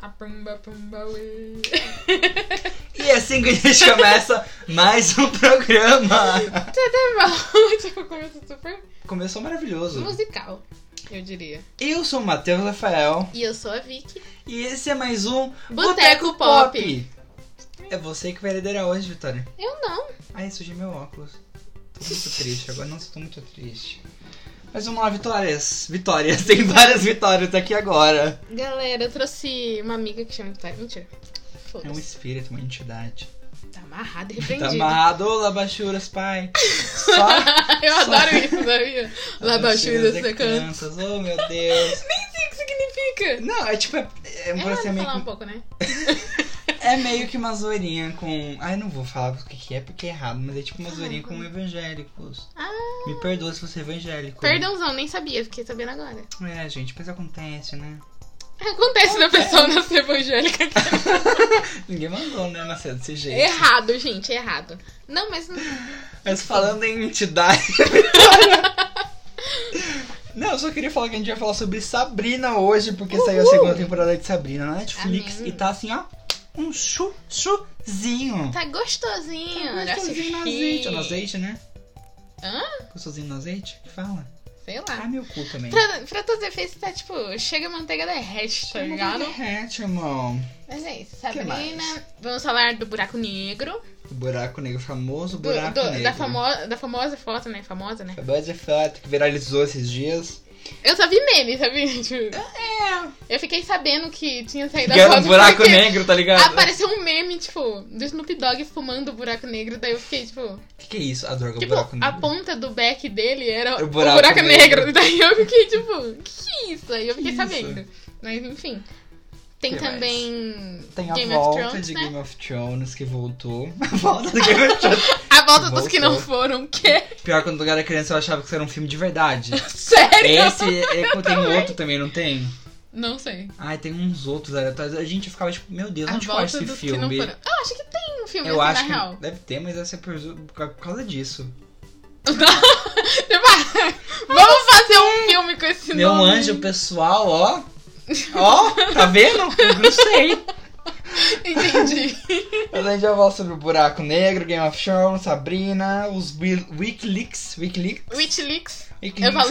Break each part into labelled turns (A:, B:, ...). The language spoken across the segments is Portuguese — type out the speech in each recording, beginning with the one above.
A: A pumba pumba uê.
B: E é assim que a gente começa mais um programa.
A: Tudo bom? tipo, começo super
B: Começou maravilhoso.
A: musical, eu diria.
B: Eu sou o Matheus Rafael
A: E eu sou a Vicky.
B: e esse é mais um
A: Boteco Pop.
B: É você que vai liderar hoje, Vitória.
A: Eu não.
B: Ai, sujei meu óculos. Tô muito triste agora. Nossa, tô muito triste. Mas vamos lá, vitórias. Vitórias. Tem várias vitórias aqui agora.
A: Galera, eu trouxe uma amiga que chama Vitória. Mentira.
B: É um
A: Foda-se.
B: espírito, uma entidade.
A: Tá amarrado e
B: Tá
A: repreendido.
B: amarrado. Olá, Bachuras, pai. Só
A: eu
B: só-
A: adoro isso, adoro isso. Labachura
B: Bachuras e
A: secando.
B: crianças. Oh, meu Deus.
A: Nem sei o que significa.
B: Não, é tipo, é, é um
A: É,
B: processo
A: vamos
B: meio,
A: falar um pouco, né?
B: é meio que uma zoeirinha com. Ai, não vou falar o que que é porque é errado, mas é tipo uma
A: Ah,
B: zoeirinha com
A: como-
B: evangélicos.
A: Ah.
B: Me perdoa se você é evangélico.
A: Perdãozão, nem sabia, fiquei sabendo agora.
B: É, gente, mas acontece, né?
A: Acontece na pessoa nascer evangélica.
B: Ninguém mandou, né, nascer desse jeito.
A: Errado, gente, errado. Não, mas não-
B: Mas falando em entidade. Não, eu só queria falar que a gente vai falar sobre Sabrina hoje, porque saiu a segunda temporada de Sabrina na Netflix
A: Amém.
B: e tá assim, ó, um chu chuzinho.
A: tá assim, gostosinho. olha,
B: Tá Gostosinho
A: assisti.
B: no um azeite. No azeite, né?
A: Hã?
B: Gostosinho no azeite? Que fala?
A: Sei
B: Ah,
A: lá.
B: meu cu também.
A: Pra, pra todos os efeitos, tá tipo, chega a manteiga derrete, tá ligado?
B: Hat, irmão.
A: Mas é isso,
B: Que
A: Sabrina.
B: mais?
A: Vamos falar do buraco negro.
B: O buraco negro, o famoso
A: do-
B: buraco
A: do-
B: negro.
A: Da, famo da famosa foto, né? Famosa, né?
B: Famosa foto que viralizou esses dias.
A: Eu só vi meme, sabia? Tipo,
B: É.
A: eu fiquei sabendo que tinha saído
B: Que
A: a
B: era um
A: foto
B: buraco
A: porque
B: negro, tá ligado?
A: Apareceu um meme, tipo, do Snoop Dogg fumando o buraco negro, daí eu fiquei, tipo.
B: O que, que é isso? A droga, o
A: Tipo,
B: buraco
A: a
B: negro.
A: ponta do back dele era
B: O
A: o
B: buraco
A: buraco,
B: negro.
A: negro. Daí eu fiquei tipo, que que é isso? Aí eu fiquei
B: Que isso?
A: sabendo. Mas enfim. Tem
B: Que mais?
A: também
B: Tem a
A: Game
B: volta
A: of Thrones,
B: de
A: né?
B: Game of Thrones que voltou. A volta do Game of Thrones.
A: A volta dos que não
B: Voltou.
A: foram, que? é
B: Pior, quando eu era criança eu achava que isso era um filme de verdade.
A: Sério?
B: Esse é, tem outro também, não tem?
A: Não sei.
B: Ai, tem uns outros ali atrás. A gente ficava tipo, meu Deus,
A: a
B: onde pode
A: volta
B: esse
A: dos
B: filme?
A: que não foram. Eu acho que tem um filme
B: Eu
A: assim,
B: acho
A: na real.
B: que deve ter, mas deve ser por, por causa disso.
A: Tipo, Vamos fazer um filme com esse
B: assim, Meu
A: nome.
B: anjo pessoal, ó. Ó, tá vendo? Eu Não sei.
A: Entendi.
B: Além de falar sobre o Buraco Negro, Game of Thrones, Sabrina, os Wi- Wikileaks. Wikileaks?
A: Witchleaks. Eu falo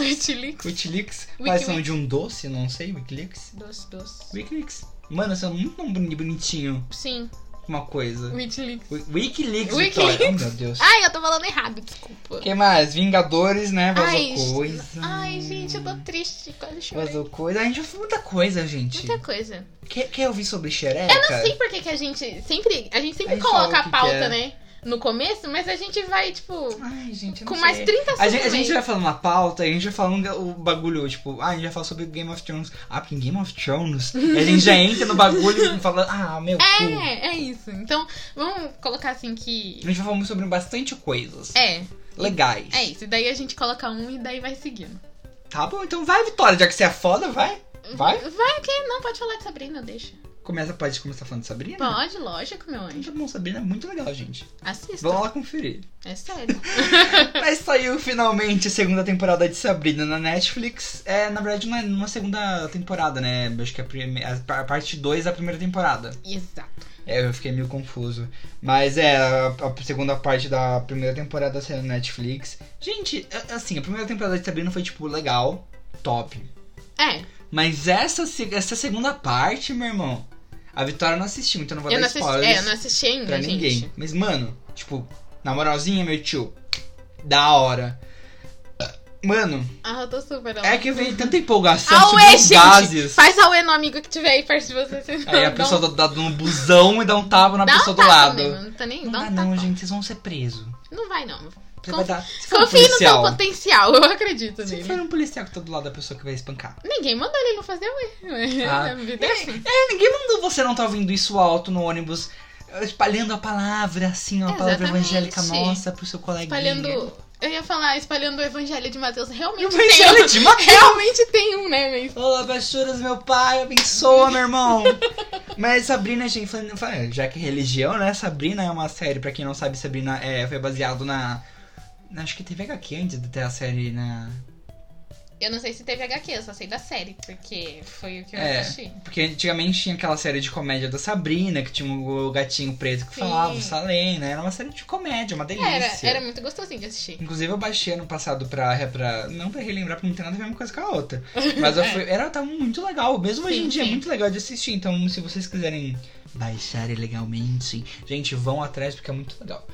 A: Witchleaks.
B: Wikileaks. Wikileaks. Mas
A: Wikileaks.
B: são de um doce, não sei, Wikileaks.
A: Doce, doce.
B: Wikileaks. Mano, esse é muito nome bonitinho.
A: Sim,
B: Uma coisa.
A: Witchleaks.
B: Wi- Wikileaks,
A: Wikileaks.
B: Vitória. Oh, meu Deus.
A: Ai, eu tô falando errado, desculpa.
B: O que mais? Vingadores, né? Vazou
A: Ai,
B: coisa.
A: Ai, gente, eu tô triste, quase chorei.
B: Vazou coisa. A gente ouviu muita coisa, gente.
A: Muita coisa.
B: Quer, quer ouvir sobre xereca?
A: Eu não sei por que que a gente sempre, a gente sempre
B: Aí fala
A: coloca
B: o que
A: a
B: que
A: pauta,
B: é.
A: né, no começo, mas a gente vai tipo
B: Ai, gente, eu não
A: com
B: sei.
A: mais 30
B: A
A: segundos.
B: gente, a gente vai falando uma pauta, a gente vai falando o bagulho, tipo, ah, a gente vai falar sobre Game of Thrones. Ah, porque em Game of Thrones. e a gente já entra no bagulho e fala, ah, meu cu.
A: É, é isso. Então, vamos colocar assim que
B: A gente vai falando sobre bastante coisas.
A: é,
B: Legais.
A: é isso. E daí a gente coloca um e daí vai seguindo.
B: Tá bom, então vai, Vitória, já que você é foda, vai.
A: Uhum.
B: Vai?
A: Vai o quê? Não, pode falar de Sabrina, deixa.
B: Começa, pode começar falando de Sabrina?
A: Pode, lógico, meu anjo.
B: Muito bom, Sabrina é muito legal, gente.
A: Assista.
B: Vamos lá conferir. É
A: É sério.
B: Mas saiu finalmente a segunda temporada de Sabrina na Netflix. É, na verdade, não é uma segunda temporada, né? Acho que é a, prime- a pa- a parte 2 da primeira temporada.
A: Exato.
B: É, eu fiquei meio confuso. Mas é, a, a segunda parte da primeira temporada saiu na Netflix. Gente, a- assim, a primeira temporada de Sabrina foi, tipo, legal, top.
A: É,
B: Mas essa, se- essa segunda parte, meu irmão, a Vitória não assistiu, então não vou
A: eu não
B: dar
A: assisti,
B: spoilers
A: é, eu não assisti ainda,
B: pra
A: gente.
B: ninguém. Mas, mano, tipo, na moralzinha, meu tio, da hora. Mano,
A: Ah, eu tô super.
B: é que eu vejo tanta empolgação
A: Aue,
B: sobre os
A: é, gente!
B: gases.
A: Faz Aue no amigo que tiver aí perto de você. senão
B: Aí a
A: dá
B: pessoa dá dá um busão e dá um tapa na
A: Dá um
B: pessoa do
A: tapa
B: lado.
A: mesmo, Não, tá nem,
B: Não
A: dá um
B: dá não,
A: tapa.
B: gente, vocês vão ser presos.
A: Não vai, não.
B: Você
A: Conf-
B: vai dar. Se for um
A: Confie no seu
B: policial,
A: potencial, eu acredito
B: se
A: nele.
B: for um policial que tá do lado da pessoa que vai espancar.
A: Ninguém mandou ele não fazer Aue.
B: Ah.
A: A vida é assim.
B: É, ninguém mandou você não tá ouvindo isso alto no ônibus, eh, espalhando a palavra, assim, ó, a palavra
A: Exatamente.
B: evangélica nossa pro seu coleguinha.
A: Espalhando. Eu ia falar, espalhando o evangelho de Mateus. Realmente tem
B: Evangelho de Mateus.
A: um. Realmente tem um, né, mas.
B: é Olá, baixuras, meu pai, abençoa, meu irmão. Mas Sabrina, gente, falando- falando- já que é religião, né? Sabrina é uma série, pra quem não sabe, Sabrina eh, né? é, foi baseado na. na- Acho que teve HQ antes de ter a série na.
A: Eu não sei se teve HQ, eu só sei da série, porque foi o que eu
B: É.
A: assisti.
B: Porque antigamente tinha aquela série de comédia da Sabrina, que tinha o gatinho preto que
A: Sim.
B: falava, o Salem, né? Era uma série de comédia, uma delícia.
A: Era, era muito gostosinho de assistir.
B: Inclusive eu baixei ano passado pra, pra. Não pra relembrar, porque não tem nada a ver uma coisa com a outra. Mas eu fui, era tava muito legal. Mesmo hoje
A: É. Sim,
B: em dia é
A: sim.
B: muito legal de assistir. Então, se vocês quiserem baixar ilegalmente, gente, vão atrás porque é muito legal.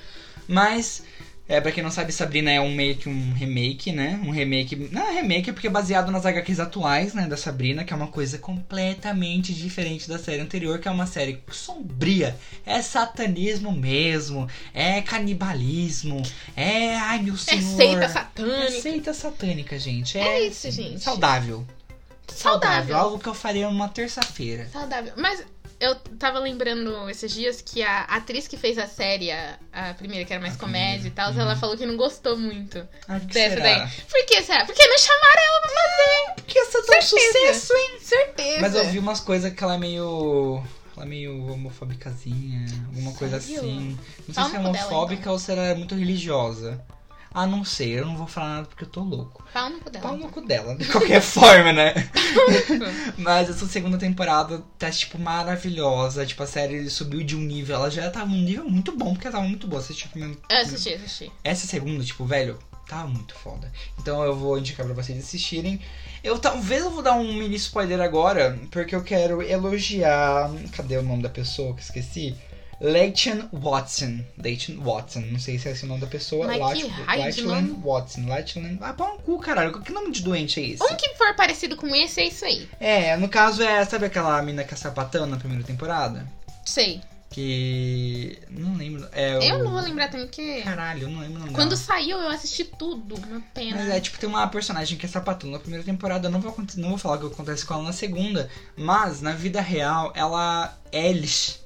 B: Mas, é, pra quem não sabe, Sabrina é um meio que um remake, né? Um remake. Não, remake é porque é baseado nas HQs atuais, né? Da Sabrina, que é uma coisa completamente diferente da série anterior, que é uma série sombria. É satanismo mesmo. É canibalismo. É. Ai, meu
A: É
B: senhor.
A: seita
B: É
A: satânica.
B: seita satânica, gente. É,
A: É isso, gente.
B: Saudável.
A: Saudável.
B: Algo que eu faria numa terça-feira.
A: Saudável. Mas eu tava lembrando esses dias que a atriz que fez a série, a, a primeira que era mais
B: A
A: comédia e tal,
B: primeira.
A: ela
B: Uhum.
A: falou que não gostou muito
B: Ah, que
A: dessa
B: será?
A: daí. Por que será? Porque não chamaram ela pra fazer.
B: Porque essa tá um
A: Certeza.
B: sucesso, hein?
A: Certeza.
B: Mas eu vi umas coisas que ela é meio. Ela é meio homofóbicazinha, alguma coisa
A: Sério?
B: assim. Não sei
A: Fala
B: se é
A: no cu dela,
B: homofóbica
A: então.
B: ou se ela é muito religiosa. Ah, não sei, eu não vou falar nada porque eu tô louco.
A: Pau no cu dela.
B: Pau no cu dela, de qualquer forma, né?
A: Tá
B: Mas essa segunda temporada tá, tipo, maravilhosa. Tipo, a série subiu de um nível. Ela já tava num nível muito bom, porque ela tava muito boa. Você, tipo,
A: Eu assisti, assisti.
B: essa segunda, tipo, velho, tá muito foda. Então eu vou indicar pra vocês assistirem. Eu talvez eu vou dar um mini spoiler agora, porque eu quero elogiar. Cadê o nome da pessoa que eu esqueci? Leighton Watson. Leighton Watson. Não sei se é esse o nome da pessoa.
A: Mas que
B: Leight-
A: raio de
B: Leighton Watson. Leighton. Ah, pau no cu, caralho. Que nome de doente é esse?
A: Um que for parecido com esse é isso aí.
B: É, no caso é. Sabe aquela mina que é sapatão na primeira temporada?
A: Sei.
B: Que. Não lembro. É
A: Eu
B: o...
A: não vou lembrar também que.
B: Caralho, eu não lembro o nome
A: Quando
B: dela.
A: saiu, eu assisti tudo. Uma pena.
B: Mas é, tipo, tem uma personagem que é sapatão na primeira temporada. Eu não vou, acont- não vou falar o que acontece com ela na segunda. Mas, na vida real, ela. é Eles.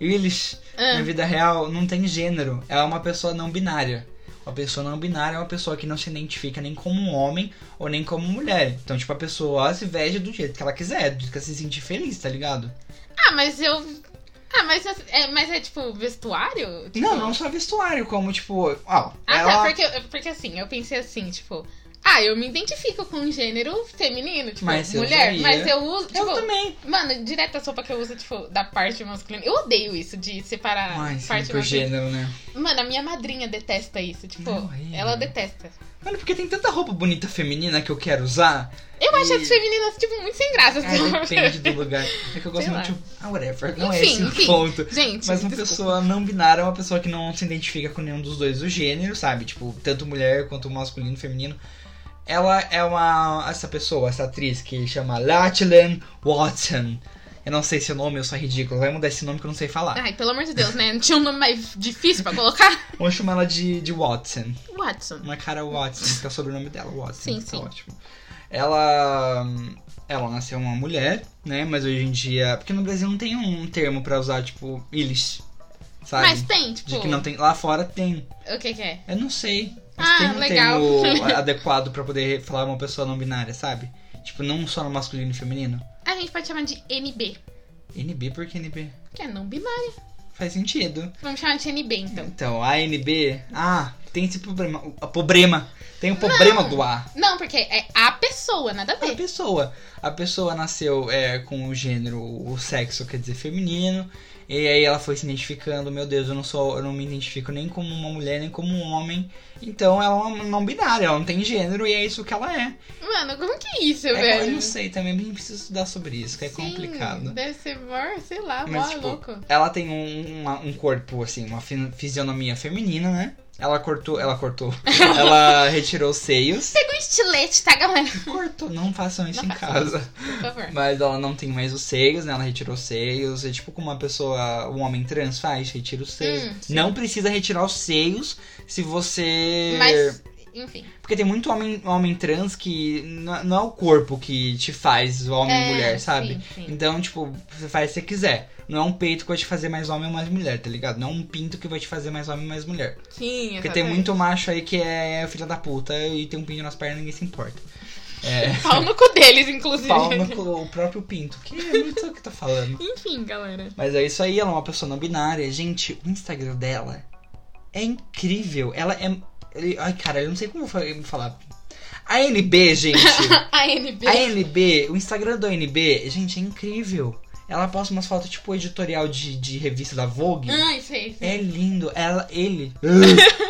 B: Eles,
A: Ah,
B: na vida real, não tem gênero. Ela é uma pessoa não binária. Uma pessoa não binária é uma pessoa que não se identifica nem como um homem ou nem como mulher. Então, tipo, a pessoa se veste do jeito que ela quiser, do jeito que ela se sentir feliz, tá ligado?
A: Ah, mas eu. Ah, mas é, mas é tipo vestuário? Tipo-
B: Não, não só vestuário, como, tipo. Ó,
A: Ah,
B: ela...
A: tá, porque, porque assim, eu pensei assim, tipo, ah, eu me identifico com o gênero feminino, tipo,
B: Mas eu
A: mulher,
B: usaria.
A: mas eu uso,
B: Eu
A: tipo,
B: também.
A: mano, direto a sopa que eu uso, tipo, da parte masculina. Eu odeio isso de separar
B: Mas,
A: é, parte
B: sim, por gênero, né?
A: Mano, a minha madrinha detesta isso, tipo,
B: Não, é.
A: ela detesta.
B: Mano, porque tem tanta roupa bonita feminina que eu quero usar.
A: Eu acho
B: E-
A: as femininas, tipo, muito sem graça,
B: É,
A: sabe?
B: depende do lugar. É que eu gosto
A: Sei
B: muito.
A: lá.
B: de- Ah, whatever. Não é
A: Enfim,
B: esse
A: enfim.
B: o ponto.
A: Gente,
B: Mas uma
A: desculpa.
B: pessoa não binária é uma pessoa que não se identifica com nenhum dos dois do gênero, sabe? Tipo, tanto mulher quanto masculino, feminino. Ela é uma. Essa pessoa, essa atriz que chama Lachlan Watson. Eu não sei seu nome, eu sou ridículo. Vai mudar esse nome que eu não sei falar.
A: Ai, pelo amor de Deus, né? Não tinha um nome mais difícil pra colocar?
B: Vamos chamar ela de, de Watson.
A: Watson.
B: Uma cara Watson, que é o sobrenome dela, Watson.
A: Sim,
B: tá
A: sim.
B: ótimo. Ela. Ela nasceu uma mulher, né? Mas hoje em dia. Porque no Brasil não tem um termo pra usar, tipo, eles. Sabe?
A: Mas tem, tipo,
B: De que não tem. Lá fora tem.
A: o que que é?
B: Eu não sei. Mas
A: Ah,
B: tem um
A: legal.
B: termo adequado pra poder falar uma pessoa não binária, sabe? Tipo, não só no masculino e feminino.
A: A gente pode chamar de NB,
B: NB por que NB?
A: que é não binário.
B: Faz sentido.
A: Vamos chamar de NB, então.
B: Então, a NB. Ah, tem esse problema. O problema. Tem o problema do A.
A: Não, porque é a pessoa, nada a
B: a
A: ver.
B: pessoa. A pessoa nasceu é, com o gênero, o sexo, quer dizer, feminino. E aí ela foi se identificando, meu Deus, eu não sou, eu não me identifico nem como uma mulher, nem como um homem. Então ela é uma não binária, ela não tem gênero e é isso que ela é.
A: Mano, como que é isso,
B: É,
A: velho?
B: eu não sei, também nem preciso estudar sobre isso, que é
A: Sim,
B: complicado.
A: Deve ser mó, sei lá, mó
B: Mas, tipo,
A: louco.
B: Ela tem um, uma- um corpo, assim, uma fi- fisionomia feminina, né? Ela cortou, ela cortou. ela retirou os seios.
A: Pega um estilete, tá, galera?
B: Cortou, não façam isso
A: Não
B: em
A: façam
B: casa.
A: Por favor.
B: Mas ela não tem mais os seios, né? Ela retirou os seios. É tipo como uma pessoa, um homem trans faz, retira os seios.
A: Hum, sim.
B: não precisa retirar os seios se você.
A: Mas, enfim.
B: Porque tem muito homem, homem trans que n- não é o corpo que te faz homem e
A: É,
B: mulher, sabe?
A: Sim, sim.
B: Então, tipo, você faz se você quiser. Não é um peito que vai te fazer mais homem ou mais mulher, tá ligado? Não é um pinto que vai te fazer mais homem ou mais mulher.
A: Sim,
B: Porque tem
A: exatamente.
B: muito macho aí que é filha da puta e tem um pinto nas pernas e ninguém se importa. É.
A: Pau no cu deles, inclusive.
B: Pau no cu- o próprio pinto, que é muito o que eu tô falando.
A: Enfim, galera.
B: Mas é isso aí, ela é uma pessoa não binária. Gente, o Instagram dela é incrível. Ela é. ele- Ai, cara, eu não sei como eu fa- falar. A NB, gente.
A: A NB.
B: A NB, o Instagram da NB, gente, é incrível. Ela posta umas fotos tipo editorial de, de revista da Vogue.
A: Ai, sei, sei.
B: É lindo. Ela, ele.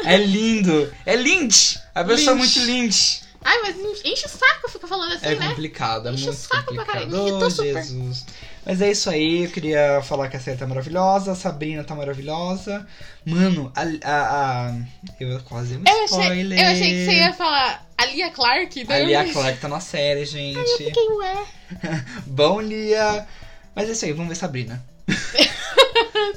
B: é lindo. É Lynch. A pessoa
A: Lynch.
B: é muito Lynch.
A: Ai, mas enche- enche o saco ficar falando assim,
B: É
A: né?
B: complicado, é
A: Enche o
B: muito
A: saco pra caralho,
B: complicado.
A: me irritou
B: Ô,
A: super.
B: Jesus. Mas é isso aí, eu queria falar que a série tá maravilhosa, a Sabrina tá maravilhosa. Mano, a. a, a- eu quase um
A: Eu achei,
B: spoiler.
A: eu achei que você ia falar a Lia Clark. daí
B: A
A: eu
B: Lia Clark tá na série, gente.
A: Quem é?
B: Bom dia! Mas é isso aí, vamos ver Sabrina.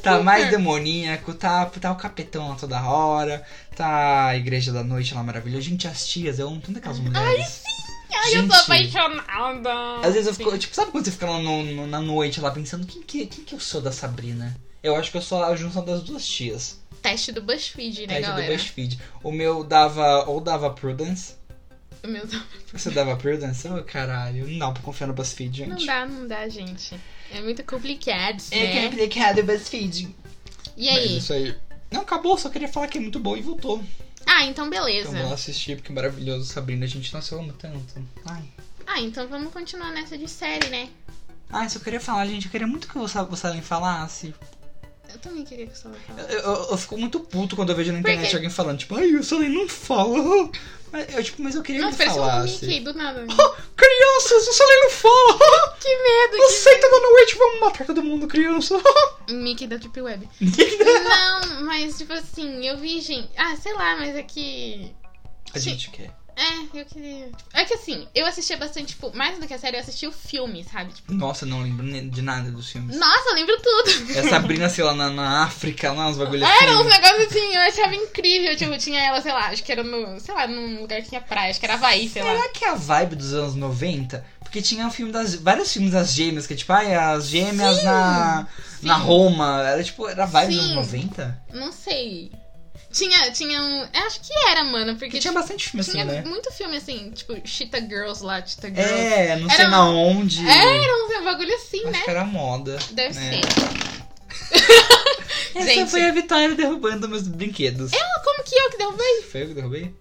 B: tá mais demoníaco, tá, tá o capetão lá toda hora, tá a igreja da noite lá maravilhosa. Gente, as tias, eu amo tanto aquelas mulheres. Ai, sim!
A: Ai, eu sou apaixonada.
B: Às vezes eu fico, tipo, sabe quando você fica lá no- no- na noite lá pensando, quem que, quem que eu sou da Sabrina? Eu acho que eu sou a junção das duas tias.
A: Teste do BuzzFeed, né,
B: Teste do
A: galera?
B: BuzzFeed. O meu dava, ou dava Prudence.
A: Meu
B: Você dava Prudence? Ô, caralho, não dá pra confiar no BuzzFeed, gente.
A: Não dá, não dá, gente. É muito complicado,
B: É que é
A: né?
B: complicado o BuzzFeed.
A: E
B: Mas
A: aí?
B: isso aí. Não, acabou, só queria falar que é muito bom e voltou.
A: Ah, então
B: Então
A: beleza.
B: vamos lá assistir, porque é maravilhoso, Sabrina. A gente nasceu ama tanto. Ai.
A: Ah, então vamos continuar nessa de série, né?
B: Ah, só queria falar, gente. Eu queria muito que você, você falasse.
A: Eu também queria que você falasse.
B: Eu, eu- eu fico muito puto quando eu vejo na internet
A: quê?
B: alguém falando, tipo, ai, o Salem não fala. Mas eu, tipo, mas eu queria
A: Nossa,
B: que ele
A: parecia um
B: falasse.
A: Mickey do nada. né?
B: Crianças, o Salem não fala!
A: que medo!
B: Você tá na noite, vamos matar todo mundo, criança!
A: Que... Mickey da Deep Web. não, mas tipo assim, eu vi gente... Ah, sei lá, mas é que...
B: A
A: Sim.
B: gente quer.
A: É, eu queria... É que assim, eu assistia bastante, tipo... Mais do que a série, eu assisti o filme, sabe? Tipo,
B: Nossa, não lembro ne- de nada dos filmes.
A: nossa, eu lembro tudo!
B: É Sabrina, sei lá, na, na África, lá, uns bagulhos
A: Era uns negócios assim, eu achava incrível. Tipo, tinha ela, sei lá, acho que era no. Sei lá, num lugar que tinha praia, acho que era Havaí, sei lá.
B: Será que é a vibe dos anos 90? Porque tinha um filme das, vários filmes das gêmeas, que é tipo, ai, as gêmeas na,
A: Sim,
B: na Roma. Era tipo, era a vibe dos
A: Sim.
B: anos 90?
A: Não sei. Tinha, tinha um. eu Acho que era, mano, porque tipo,
B: Porque tinha bastante filme assim,
A: tinha
B: né?
A: muito filme assim, tipo, Cheetah Girls lá, Cheetah Girls.
B: É, não sei
A: Era
B: na onde.
A: Era um, um bagulho assim, né?
B: Acho que era moda.
A: Deve
B: né?
A: ser.
B: Essa
A: Gente.
B: foi a Vitória derrubando meus brinquedos.
A: Ah, Como que eu que derrubei?
B: Foi eu que derrubei?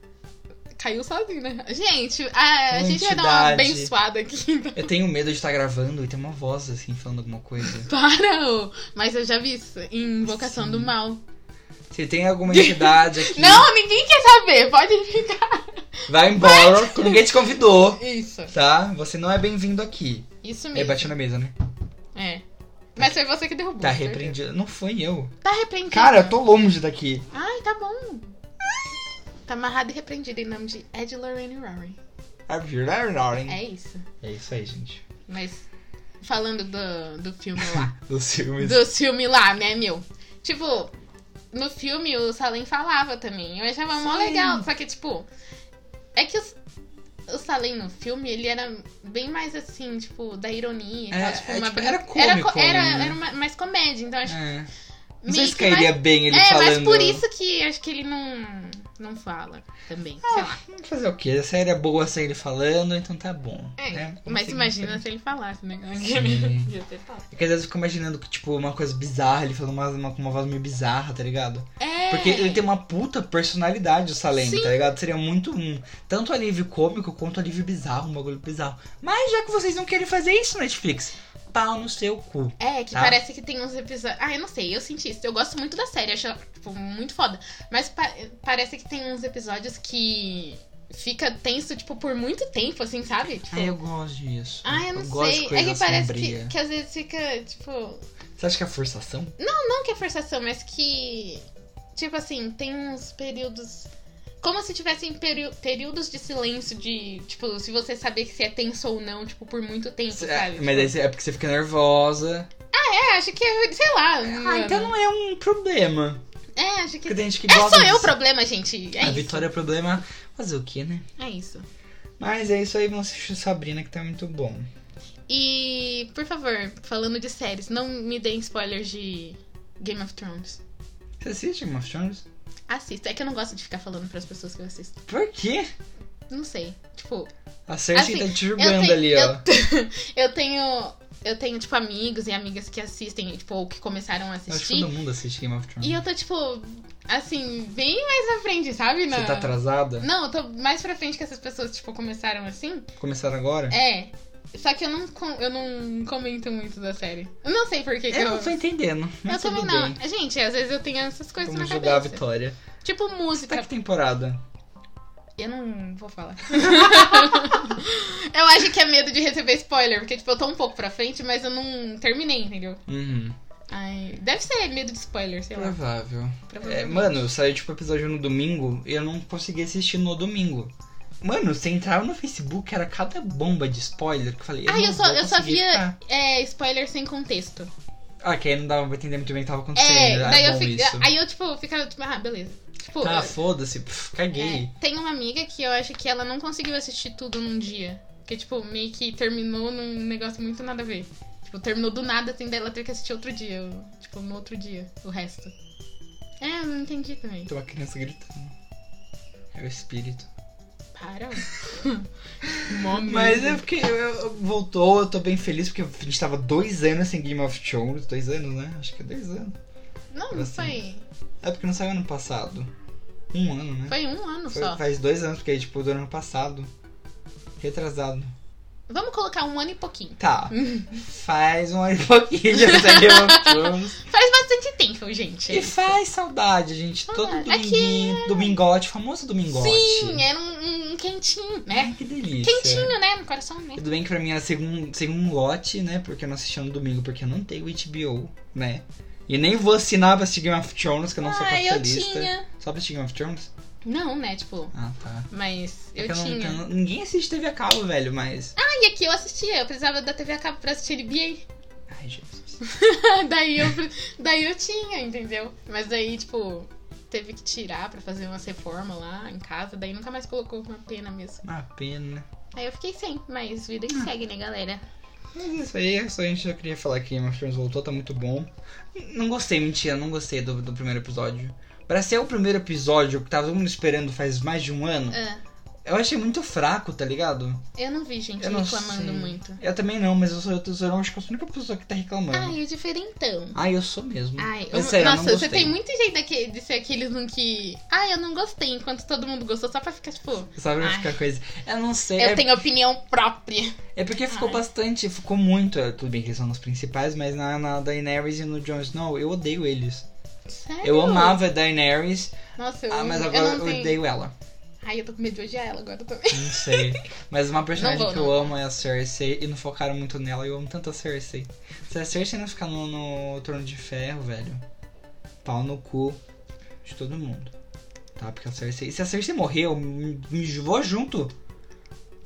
A: Caiu sozinho, né? Gente, a, a gente vai dar uma
B: Quantidade.
A: abençoada aqui. então.
B: Eu tenho medo de estar gravando e ter uma voz assim falando alguma coisa.
A: Para! ô. Mas eu já vi isso em Invocação
B: Sim.
A: do Mal.
B: Se tem alguma entidade aqui,
A: Não, ninguém quer saber, pode ficar.
B: vai embora. Ninguém te convidou,
A: Isso,
B: tá? Você não é bem-vindo aqui.
A: isso
B: É,
A: mesmo.
B: bati na mesa, né?
A: É. Mas foi você que derrubou.
B: Tá
A: certeza.
B: repreendido. Não foi eu.
A: Tá repreendido.
B: Cara, eu tô longe daqui.
A: Ai, tá bom. Tá amarrado e repreendido em nome de Ed Lorraine Rory. É isso.
B: É isso aí, gente.
A: Mas falando do, do filme lá.
B: Dos filmes.
A: do filme lá, né, meu? Tipo, no filme o Salem falava também. Eu achava mó
B: Sim.
A: legal. Só que, tipo, é que os- o Salem no filme, ele era bem mais assim, tipo, da ironia. e tal,
B: É,
A: tipo,
B: é,
A: uma
B: tipo,
A: brin-
B: era
A: era,
B: cômico,
A: co- era,
B: né?
A: era uma- mais comédia, então acho
B: É. Não
A: meio
B: sei se
A: que mais-
B: cairia bem ele
A: é,
B: falando.
A: mas por isso que acho que ele não, não fala também. sei lá.
B: Vamos fazer o quê? A série é boa sem ele falando, então tá bom.
A: É,
B: né? Vamos
A: mas
B: seguir
A: imagina
B: em frente.
A: se ele falasse, né?
B: Sim.
A: Devia ter falado.
B: É que às vezes eu fico imaginando que, tipo, uma coisa bizarra, ele falando uma, uma, com uma voz meio bizarra, tá ligado?
A: É.
B: Porque ele tem uma puta personalidade, o Salem,
A: Sim.
B: tá ligado? Seria muito um. Tanto alívio cômico quanto alívio bizarro, um bagulho bizarro. Mas já que vocês não querem fazer isso, Netflix, pau no seu cu.
A: É, que
B: Tá.
A: parece que tem uns episódios. Ah, eu não sei, eu senti isso. Eu gosto muito da série, acho ela, tipo, muito foda. Mas pa- parece que tem uns episódios que fica tenso, tipo, por muito tempo, assim, sabe? Tipo.
B: Ai, eu gosto disso.
A: Ah, eu não
B: gosto
A: sei.
B: de
A: É
B: coisa
A: que parece que,
B: sombria.
A: que às vezes fica, tipo.
B: Você acha que é forçação?
A: Não que é forçação, mas que. Tipo assim, tem uns períodos. Como se tivessem peri- períodos de silêncio, de. Tipo, se você saber que se é tenso ou não, tipo, por muito tempo,
B: Cê-
A: sabe? tipo-
B: mas aí cê- é porque você fica nervosa.
A: É, acho que é, sei lá.
B: Ah, então não é um problema.
A: É, acho que.
B: Porque tem gente que
A: É
B: gosta
A: só eu o
B: disso.
A: problema, gente. É
B: A
A: isso.
B: Vitória é problema. Fazer o quê, né?
A: É isso.
B: Mas é isso aí, vamos assistir Sabrina, que tá muito bom.
A: E, por favor, falando de séries, não me deem spoilers de Game of Thrones.
B: Você assiste Game of Thrones?
A: Assista. É que eu não gosto de ficar falando pras pessoas que eu assisto.
B: Por quê?
A: Não sei. Tipo,
B: A Cersei
A: Assim,
B: tá te
A: eu
B: julgando
A: tenho,
B: ali, ó.
A: eu, eu tenho Eu tenho, tipo, amigos e amigas que assistem, tipo, ou que começaram a
B: Eu acho
A: assistir.
B: que todo mundo assiste Game of Thrones.
A: E eu tô, tipo, assim, bem mais à frente, sabe? Na...
B: Você tá atrasada?
A: Não, eu tô mais pra frente que essas pessoas, tipo, começaram assim.
B: Começaram agora?
A: É. Só que eu não, com- eu não comento muito da série. Eu não sei por que que
B: É, Eu não tô entendendo.
A: É, Eu
B: tudo
A: também
B: bem.
A: não. Gente, às vezes eu tenho essas coisas
B: Vamos
A: na
B: julgar a
A: cabeça.
B: vitória. Tá.
A: Tipo música.
B: Até que temporada?
A: Eu não vou falar. eu acho que é medo de receber spoiler, porque tipo, eu tô um pouco pra frente, mas eu não terminei, entendeu?
B: Uhum.
A: Ai, deve ser medo de spoiler, sei lá.
B: Provável. É,
A: provavelmente.
B: mano, saiu tipo episódio no domingo e eu não consegui assistir no domingo. Mano, você entrava no Facebook, era cada bomba de spoiler que eu falei. Eu
A: Ah, eu
B: não
A: só-
B: vou
A: eu só
B: conseguir
A: via-
B: ficar.
A: É, spoiler sem contexto.
B: Ah, que aí não dava pra entender muito bem o que tava acontecendo.
A: É,
B: era
A: daí
B: bom
A: eu fico,
B: isso.
A: aí eu tipo, ficava tipo, ah, beleza. Tipo,
B: Tá,
A: eu-
B: foda-se, pff, caguei.
A: É, tem uma amiga que eu acho que ela não conseguiu assistir tudo num dia. Que, tipo, meio que terminou num negócio muito nada a ver. Tipo, terminou do nada, assim, dela ter que assistir outro dia. o- Tipo, no outro dia, o resto. É, eu não entendi também.
B: Tem uma criança gritando. É o espírito.
A: Para. Mó medo.
B: Mas é porque eu, eu- voltou, eu tô bem feliz porque a gente tava dois anos sem Game of Thrones. Dois anos, né? Acho que é dois anos.
A: Não, não foi.
B: É porque não saiu ano passado. Um ano, né?
A: Foi um ano
B: Foi-
A: só.
B: faz dois anos, porque tipo, do ano passado. Retrasado.
A: Vamos colocar um ano e pouquinho.
B: Tá. faz um ano e pouquinho já sai Game of Thrones.
A: Faz bastante tempo, gente.
B: E faz saudade, gente. Todo
A: Saudade. É que
B: dominguinho. Domingote, famoso domingote.
A: Sim, era um, um quentinho, né?
B: Ai, que delícia.
A: Quentinho, né? No coração, né?
B: Tudo bem que pra mim era segundo, segundo lote, né? Porque eu não assistia no domingo, porque eu não tenho HBO, né? E nem vou assinar pra assistir Game of Thrones, que eu né? não sou
A: Ah, eu
B: capitalista.
A: tinha.
B: Só pra assistir Game of Thrones?
A: Não, né? Tipo,
B: Ah, tá.
A: mas eu
B: Porque
A: tinha.
B: Não, eu não- ninguém assiste TV a cabo, velho, mas...
A: E aqui eu assistia, eu precisava da TV a cabo pra assistir NBA.
B: Ai, Jesus.
A: daí, eu, pre- daí eu tinha, entendeu? Mas daí, tipo, teve que tirar pra fazer umas reformas lá em casa, daí nunca mais colocou uma pena mesmo.
B: Uma pena.
A: Aí eu fiquei sem, mas vida
B: Ah.
A: que segue, né, galera?
B: Mas é isso aí, só a gente só queria falar que Game of Thrones voltou, tá muito bom. N- Não gostei, mentira, não gostei do, do primeiro episódio. Pra ser o primeiro episódio que tava todo mundo esperando faz mais de um ano,
A: Ah,
B: eu achei muito fraco, tá ligado?
A: eu não vi gente
B: Eu não
A: reclamando
B: sei.
A: muito.
B: Eu também não, mas eu sou, eu, sou- eu acho que eu sou a única pessoa que tá reclamando. Ai,
A: Ai, o diferentão.
B: eu sou mesmo.
A: Ai,
B: mas
A: eu-
B: sério, eu
A: nossa,
B: não
A: você
B: gostei.
A: tem muito jeito daque- de ser aqueles um que. Ah, eu não gostei, enquanto todo mundo gostou, só pra ficar, tipo,
B: Sabe
A: Ai.
B: ficar coisa? Eu não sei.
A: eu
B: é,
A: tenho opinião própria.
B: é porque ficou
A: Ai.
B: bastante, ficou muito. é, Tudo bem que eles são os principais, mas na, na Daenerys e no Jon Snow, eu odeio eles.
A: Sério?
B: Eu amava a Daenerys,
A: Nossa, É eu,
B: ah, mas
A: eu
B: agora eu,
A: não tenho.
B: odeio ela.
A: Ai, eu tô com medo de odiar ela agora também.
B: Não sei. Mas uma personagem
A: Não vou,
B: que eu amo é a Cersei e não focaram muito nela. Eu amo tanto a Cersei. Se a Cersei não ficar no, no Trono de Ferro, velho, pau no cu de todo mundo. Tá? Porque a Cersei. Se a Cersei morrer, eu me, me vou junto.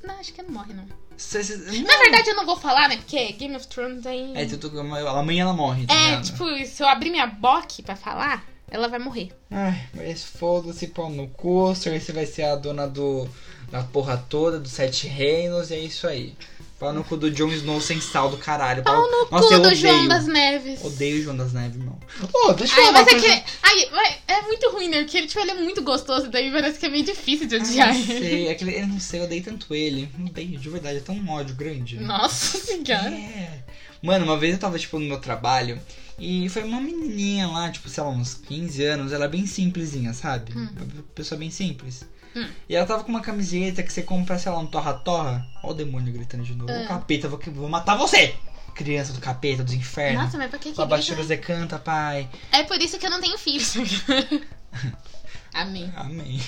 A: Não, acho que ela não morre, não.
B: Se- se-
A: Na verdade, eu não vou falar, né? Porque Game of Thrones aí.
B: É, tu, tu, ela- amanhã ela morre, tá
A: É,
B: ligado?
A: tipo, se eu abrir minha boque pra falar, ela vai morrer.
B: Ai, mas foda-se, pau no cu. Cersei vai ser a dona do, da porra toda, dos sete reinos, e é isso aí. Pau no cu do Jon Snow sem sal do caralho.
A: Pau no
B: Nossa,
A: cu
B: eu
A: do
B: odeio.
A: João das Neves.
B: Odeio o João das Neves, irmão. Ô, deixa eu
A: Ai,
B: falar uma
A: mas é
B: coisa.
A: que. Ai, mas é muito ruim, né? Porque ele, tipo, ele é muito gostoso, daí parece que é meio difícil de
B: Eu
A: odiar
B: não
A: ele.
B: sei, é que ele- eu não sei, eu odeio tanto ele. Não odeio, de verdade, é tão um ódio grande.
A: Nossa senhora.
B: É. Mano, uma vez eu tava, tipo, no meu trabalho e foi uma menininha lá, tipo, sei lá, uns 15 anos, ela é bem simplesinha, sabe?
A: Hum.
B: Uma Pessoa bem simples.
A: Hum.
B: E ela tava com uma camiseta que você compra, sei lá, um torra-torra. Ó o demônio gritando de novo.
A: Ah.
B: Ô, capeta, vou, vou matar você! Criança do capeta, dos infernos.
A: Nossa, mas pra que que
B: Labastira,
A: grita?
B: você canta, pai.
A: É por isso que eu não tenho filhos. Amém.
B: Amém.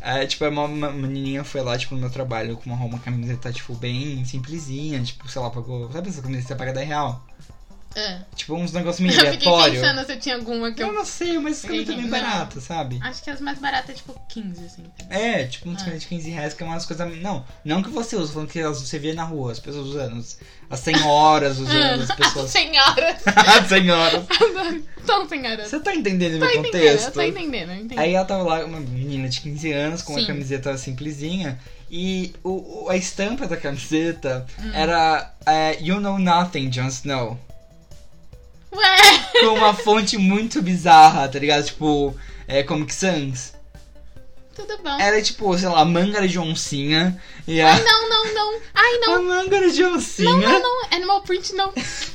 B: É, tipo, uma, uma menininha foi lá, tipo, no meu trabalho com uma, uma camiseta, tipo, bem simplesinha, tipo, sei lá, pagou. Sabe essa camiseta que você paga 10 real?
A: Ah.
B: Tipo, uns negócios meio
A: Eu fiquei
B: aleatório.
A: pensando se eu tinha alguma que
B: Eu
A: eu.
B: não sei, mas essa camiseta é bem
A: Não.
B: barata, sabe?
A: Acho que as mais baratas é tipo 15, assim.
B: É, tipo, uns
A: Ah.
B: camisetas de 15 reais, que é umas coisas. Não, não que você usa, falando que elas- você vê na rua, as pessoas usando. As senhoras usando,
A: Ah.
B: as pessoas.
A: Senhoras.
B: as senhoras.
A: São senhoras.
B: Você tá entendendo
A: Tô
B: meu
A: entendendo, eu
B: contexto?
A: tô entendendo, eu entendi.
B: Aí ela tava lá, uma menina de 15 anos, com
A: Sim.
B: uma camiseta simplesinha. E o, o- a estampa da camiseta
A: Hum.
B: era é, You Know Nothing, Jon Snow.
A: Ué!
B: Com uma fonte muito bizarra, tá ligado? Tipo, é, Comic Sans.
A: Tudo bom.
B: Ela é tipo, sei lá, manga de oncinha. E a,
A: Ai, não, não, não. Ai, não.
B: a manga de oncinha.
A: Não, não. Animal print, não.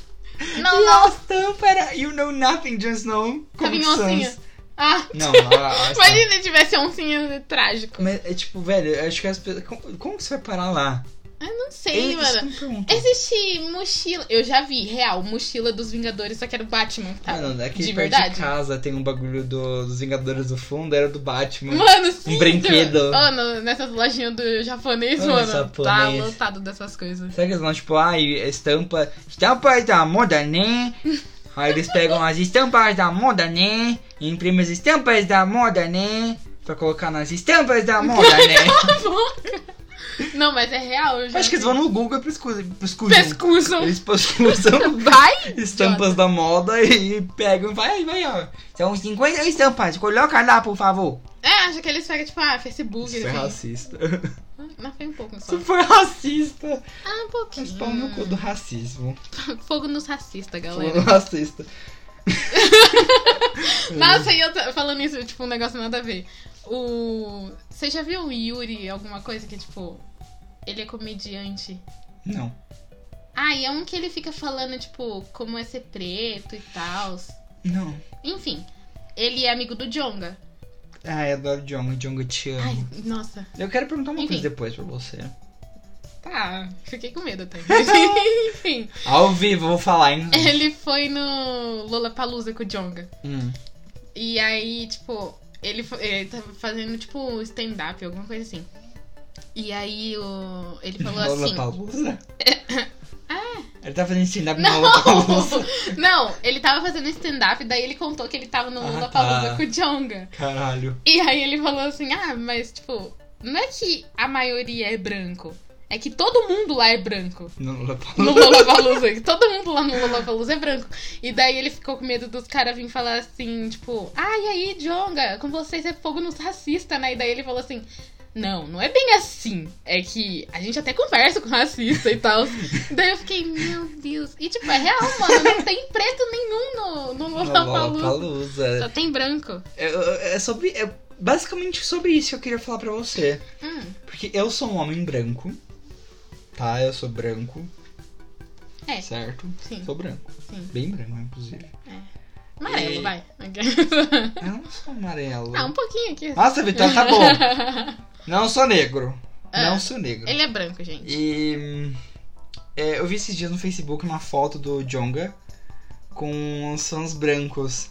A: Não,
B: E
A: não.
B: a tampa era You Know Nothing, Just Know.
A: Tava em
B: Comic
A: oncinha.
B: Sans.
A: Ah.
B: Não, a- a- a-
A: Imagina se tivesse oncinha trágico.
B: Mas é tipo, velho, eu acho que as pessoas. Como, como que você vai parar lá?
A: Eu não
B: É
A: sei,
B: isso que
A: mano.
B: eu me pergunto.
A: Existe mochila. Eu já vi, real, mochila dos Vingadores, só que era o Batman, tá?
B: Mano, é aqui
A: de
B: perto
A: verdade.
B: de casa tem um bagulho do- dos Vingadores do Fundo, era do Batman.
A: Mano, sim.
B: Um brinquedo.
A: Mano, nessas lojinhas do japonês,
B: Mano,
A: mano. Tá
B: japonês.
A: lotado dessas coisas.
B: Será que eles vão, tipo, ai, estampa. Estampas da moda, né? Aí eles pegam as estampas da moda, né? E imprimem as estampas da moda, né? Pra colocar nas estampas da moda, né?
A: Tá Não, mas é real. Eu já
B: Acho que eles vão no Google e pescusam. pescusam.
A: pescusam.
B: Eles pescusam
A: Vai!
B: estampas da moda e pegam. Vai, vai, ó. São 50 estampas. Coloca lá, por favor.
A: É, acho que eles pegam, tipo, ah, Facebook.
B: Isso é
A: assim.
B: racista.
A: Não, foi um pouco só.
B: Isso foi racista.
A: Ah, um
B: Mas
A: pouquinho.
B: pau no cu do racismo.
A: Fogo nos racistas, galera.
B: Falando racista.
A: Nossa, e eu tô falando isso, tipo, um negócio nada a ver. O. Você já viu o Yuri, alguma coisa que, tipo, ele é comediante?
B: Não.
A: Ah, e é um que ele fica falando, tipo, como é ser preto e tal.
B: Não.
A: Enfim, ele é amigo do Jonga.
B: Ai, Ah, é adoro Django. Django, eu te amo.
A: Ai, nossa.
B: Eu quero perguntar uma
A: Enfim.
B: coisa depois pra você.
A: Tá, fiquei com medo até. Enfim,
B: Ao vivo, vou falar, hein?
A: ele foi no Lollapalooza com o Jonga.
B: Hum.
A: E aí, tipo, ele, fo- ele tá fazendo, tipo, stand-up, alguma coisa assim. E aí o, ele falou assim. Ah.
B: Lollapalooza? É. Ele tá fazendo stand-up no Lollapalooza.
A: Não, ele tava fazendo stand-up, daí ele contou que ele tava no
B: Ah,
A: Lula
B: tá.
A: com o Jonga.
B: Caralho.
A: E aí ele falou assim, ah, mas tipo, não é que a maioria é branco. É que todo mundo lá é branco.
B: No
A: No
B: Lollapalooza.
A: Lollapalooza. que todo mundo lá no Lollapalooza é branco. E daí ele ficou com medo dos caras virem falar assim, tipo... Ah, e aí, Jonga, com vocês é fogo nos racista, né? E daí ele falou assim... Não, não é bem assim. É que a gente até conversa com racista e tal. daí eu fiquei, meu Deus. E tipo, é real, mano. Não tem preto nenhum no, no
B: No
A: Lollapalooza.
B: Lollapalooza.
A: Só tem branco.
B: É, é é sobre... É basicamente sobre isso que eu queria falar pra você.
A: Hum,
B: Porque eu sou um homem branco. Tá? Eu sou branco.
A: É.
B: Certo?
A: sim.
B: Sou branco.
A: Sim.
B: Bem branco, inclusive.
A: Amarelo,
B: E-
A: vai.
B: Eu não sou amarelo.
A: ah, um pouquinho aqui.
B: Nossa, Vitória, tá bom. Não sou negro.
A: Ah,
B: Não sou negro.
A: Ele é branco, gente.
B: E hum, é, eu vi esses dias no Facebook uma foto do Jonga com os fãs brancos.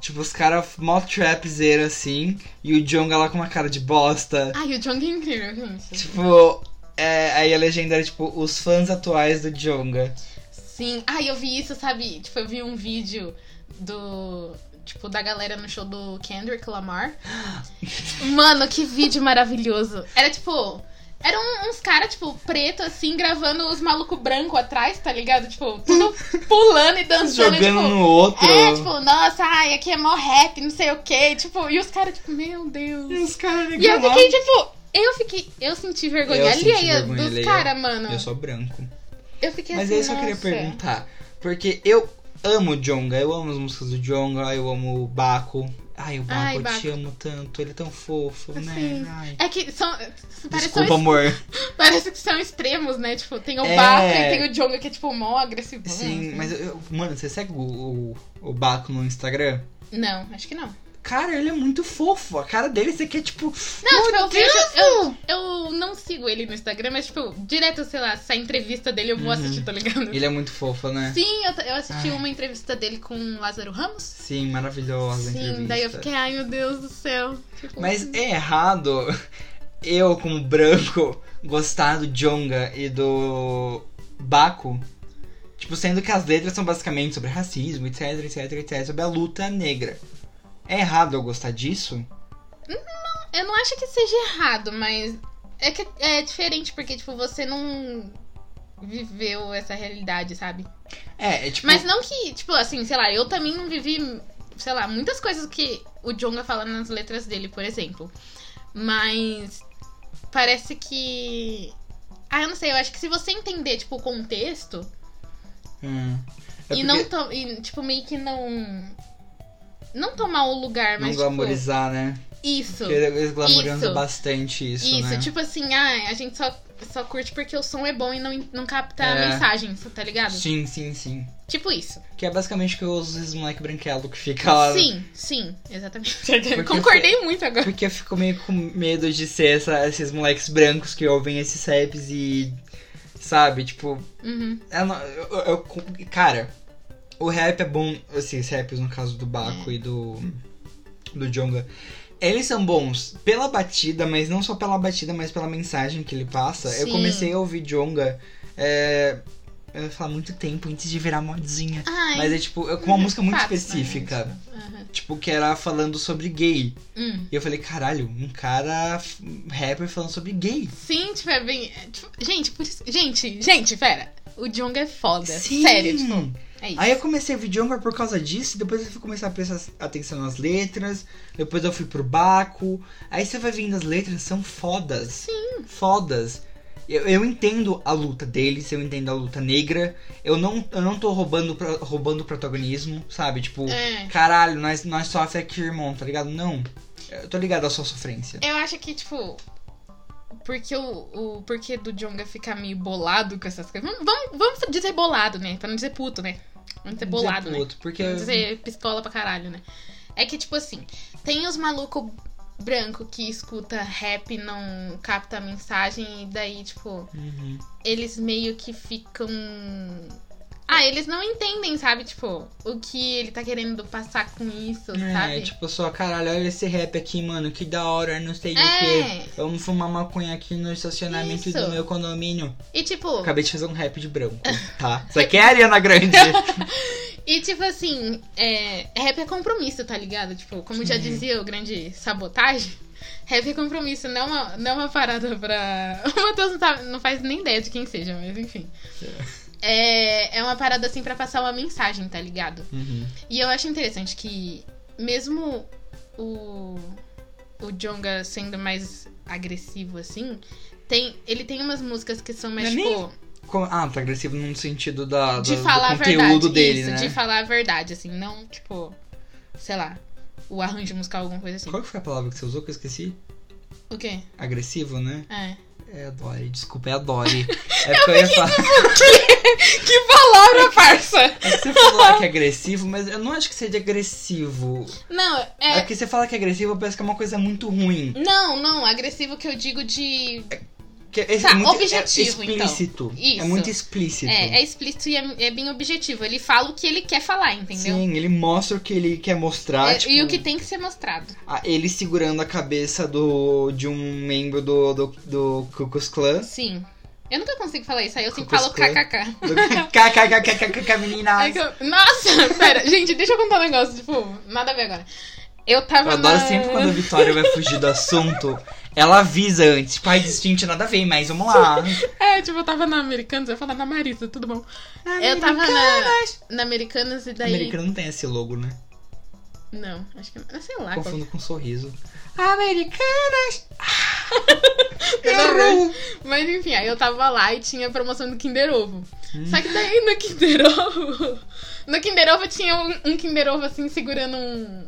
B: Tipo, os caras mó trapzeiro assim, e o Jonga lá com uma cara de bosta.
A: Ai, o Jong é incrível, gente.
B: Tipo, é, aí a legenda era tipo, os fãs atuais do Jonga.
A: Sim. Ah, eu vi isso, sabe? Tipo, eu vi um vídeo do. Tipo, da galera no show do Kendrick Lamar. Mano, que vídeo maravilhoso. Era tipo. Eram uns caras, tipo, preto, assim, gravando os malucos branco atrás, tá ligado? Tipo, tudo pulando e dançando. e,
B: Jogando
A: tipo,
B: no outro.
A: é, tipo, nossa, ai, aqui é mó rap, não sei o quê. Tipo, e os caras, tipo, meu Deus.
B: E os caras
A: E eu
B: ligam lá.
A: fiquei, tipo, eu fiquei. Eu senti vergonha
B: é. Eu senti
A: alheia
B: vergonha
A: dos
B: alheia.
A: caras, mano.
B: Eu sou branco.
A: Eu fiquei
B: Mas
A: assim.
B: é isso que eu queria
A: nossa.
B: perguntar. Porque eu amo o Jonga, eu amo as músicas do Jonga, eu amo o Baco. Ai, o Baco,
A: Ai,
B: eu te
A: Baco.
B: amo tanto, ele é tão fofo,
A: Sim.
B: né? Ai.
A: É que são. Parece,
B: Desculpa, amor.
A: parece que são extremos, né? Tipo, tem o
B: É.
A: Baco e tem o Jonga que é, tipo, mó agressivo.
B: Sim, mas eu, eu- mano, você segue o, o, o Baco no Instagram?
A: Não, acho que não.
B: Cara, ele é muito fofo. A cara dele, você quer tipo.
A: Não, tipo, eu
B: Meu
A: vejo.
B: Deus!
A: Eu, eu não sigo ele no Instagram, mas, tipo, direto, sei lá, sai entrevista dele, eu vou
B: Uhum.
A: assistir, tá ligado?
B: Ele é Ah. muito fofo, né?
A: Sim, eu, eu assisti
B: Ai.
A: uma entrevista dele com o Lázaro Ramos.
B: Sim, maravilhosa.
A: Sim,
B: entrevista.
A: daí eu fiquei, ai meu Deus do céu. Tipo,
B: Mas é errado eu, como branco, gostar do Jonga e do Baco. Tipo, sendo que as letras são basicamente sobre racismo, etc, etc, etc, sobre a luta negra. É errado eu gostar disso?
A: Eu não acho que seja errado, mas é que é diferente porque, tipo, você não viveu essa realidade, sabe?
B: É, é tipo.
A: Mas não que, tipo, assim, sei lá, eu também não vivi, sei lá, muitas coisas que o Jonga fala nas letras dele, por exemplo. Mas parece que. Ah, eu não sei, eu acho que se você entender, tipo, o contexto
B: Hum. É
A: e
B: porque
A: não, to- e, tipo, meio que não. Não tomar o lugar,
B: Não
A: mas. tipo,
B: glamorizar, né?
A: Isso.
B: Porque eles glamorizam
A: Isso.
B: bastante isso,
A: Isso,
B: né?
A: tipo assim, ah, a gente só, só curte porque o som é bom e não, não capta
B: É.
A: a mensagem, tá ligado?
B: Sim, sim, sim.
A: Tipo isso.
B: Que é basicamente que eu uso esses moleque branquelo que fica lá.
A: Sim, sim, exatamente.
B: Porque
A: Concordei muito agora.
B: Porque eu fico meio com medo de ser essa- esses moleques brancos que ouvem esses raps e. Sabe, tipo.
A: Uhum.
B: Eu, não- eu- eu- eu- cara, o rap é bom. Assim, os raps, no caso do Baco e do. Do Jonga. Eles são bons pela batida, mas não só pela batida, mas pela mensagem que ele passa. Eu
A: Sim.
B: comecei a ouvir Jonga. É, eu ia falar muito tempo antes de virar modinha.
A: Ai,
B: Mas é tipo, é com uma música muito
A: fato, né?
B: específica.
A: Aham.
B: Tipo, que era falando sobre gay.
A: Uhum. Hum.
B: E eu falei, caralho, um cara f- rapper falando sobre gay.
A: Sim, tipo, é bem. é, tipo, gente, por isso. Gente, gente, pera. O Jong é foda.
B: Sim.
A: Sério, tipo, é isso.
B: Aí eu comecei a ver Djonga por causa disso, depois eu fui começar a prestar atenção nas letras, depois eu fui pro Baco. Aí você vai vendo as letras, são fodas. Sim. Fodas. Eu, eu entendo a luta deles, eu entendo a luta negra. Eu não, eu não tô roubando, pro- roubando protagonismo, sabe? Tipo,
A: É.
B: caralho, nós, nós sofre aqui, irmão, tá ligado? Não. Eu tô ligado à sua sofrência.
A: Eu acho que, tipo. Porque o, o porquê do Jonga ficar meio bolado com essas coisas. Vamos, vamos, vamos dizer bolado, né? Pra não dizer puto, né? Vamos dizer bolado, né?
B: Outro, porque...
A: Vamos dizer pistola pra caralho, né? É que, tipo assim, tem os malucos branco que escuta rap e não capta a mensagem, e daí, tipo,
B: Uhum.
A: eles meio que ficam. Ah, eles não entendem, sabe? Tipo, o que ele tá querendo passar com isso,
B: É,
A: sabe?
B: tipo, só, caralho, olha esse rap aqui, mano, que da hora, não sei o
A: É.
B: quê. Vamos fumar maconha aqui no estacionamento
A: Isso.
B: do meu condomínio.
A: E tipo.
B: Acabei de fazer um rap de branco, tá? Isso aqui é a Ariana Grande.
A: E tipo assim, é, rap é compromisso, tá ligado? Tipo, como já
B: Sim.
A: dizia o grande sabotagem, rap é compromisso, não é uma, não é uma parada pra. O Matheus não, tá- não faz nem ideia de quem seja, mas enfim. É, é uma parada assim pra passar uma mensagem, tá ligado?
B: Uhum.
A: E eu acho interessante que mesmo o. O Jonga sendo mais agressivo, assim, tem, ele tem umas músicas que são mais,
B: Não é nem
A: tipo.
B: Como- Ah, tá agressivo no sentido da,
A: De
B: da-
A: falar a
B: do conteúdo
A: verdade.
B: dele,
A: isso,
B: né?
A: de falar a verdade, assim, não, tipo, sei lá, o arranjo musical, alguma coisa assim.
B: Qual que foi a palavra que você usou que eu esqueci?
A: O quê?
B: Agressivo, né?
A: É.
B: É a Dory, desculpa, é a Dory. É porque eu ia falar.
A: Que palavra, parça!
B: Você falou que é agressivo, mas eu não acho que seja agressivo.
A: Não,
B: É
A: é.
B: que você fala que é agressivo, parece que é uma coisa muito ruim.
A: Não, não, agressivo que eu digo de.
B: Que é,
A: Tá,
B: é muito
A: objetivo,
B: é
A: então.
B: explícito. É
A: Isso.
B: muito explícito.
A: É, é explícito e é, é bem objetivo. Ele fala o que ele quer falar, entendeu?
B: Sim, ele mostra o que ele quer mostrar.
A: É,
B: tipo,
A: E o que tem que ser mostrado.
B: a- ele segurando a cabeça do, de um membro do, do, do Ku Klux Klan.
A: Sim. Eu nunca consigo falar isso, aí eu sempre
B: Cucus
A: falo
B: Clan.
A: kkk.
B: Do- KKKKKK,
A: Aí
B: meninas.
A: É que eu- Nossa, pera, gente, deixa eu contar um negócio, tipo, nada a ver agora. Eu tava.
B: Eu adoro
A: na-
B: sempre quando a Vitória vai fugir do assunto. Ela avisa antes. Pai, gente, nada a ver, mas vamos lá.
A: É, tipo, eu tava na Americanas, eu ia falar na Marisa, tudo bom. Eu tava na, na Americanas e daí.
B: Americano não tem esse logo, né?
A: Não, acho que não. Sei lá. Qual...
B: Confundo com um sorriso.
A: Nada a ver.
B: Errou.
A: Mas enfim, aí eu tava lá e tinha promoção do Kinder Ovo.
B: Hum.
A: Só que daí no Kinder Ovo. No Kinder Ovo tinha um, um Kinder Ovo assim segurando um.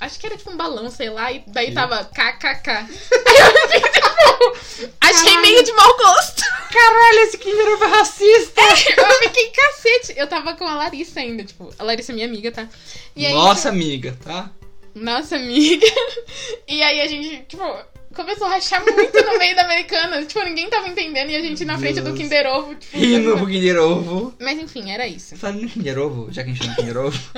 A: Acho que era tipo um balão, sei lá, e daí
B: Ih.
A: tava kkk. Aí eu fiquei tipo. Achei meio de mau gosto.
B: Caralho, esse Kinder Ovo é racista.
A: tipo, Eu fiquei cacete. Eu tava com a Larissa ainda, tipo. A Larissa é minha amiga, tá? E aí,
B: Nossa, amiga, tá?
A: Nossa, amiga. E aí a gente, tipo, começou a rachar muito no meio da americana. Tipo, ninguém tava entendendo e a gente na frente do
B: Deus.
A: Kinder Ovo, tipo.
B: Rindo pro Kinder Ovo.
A: Mas enfim, era isso.
B: Falando em Kinder Ovo, já que a gente tá no Kinder Ovo,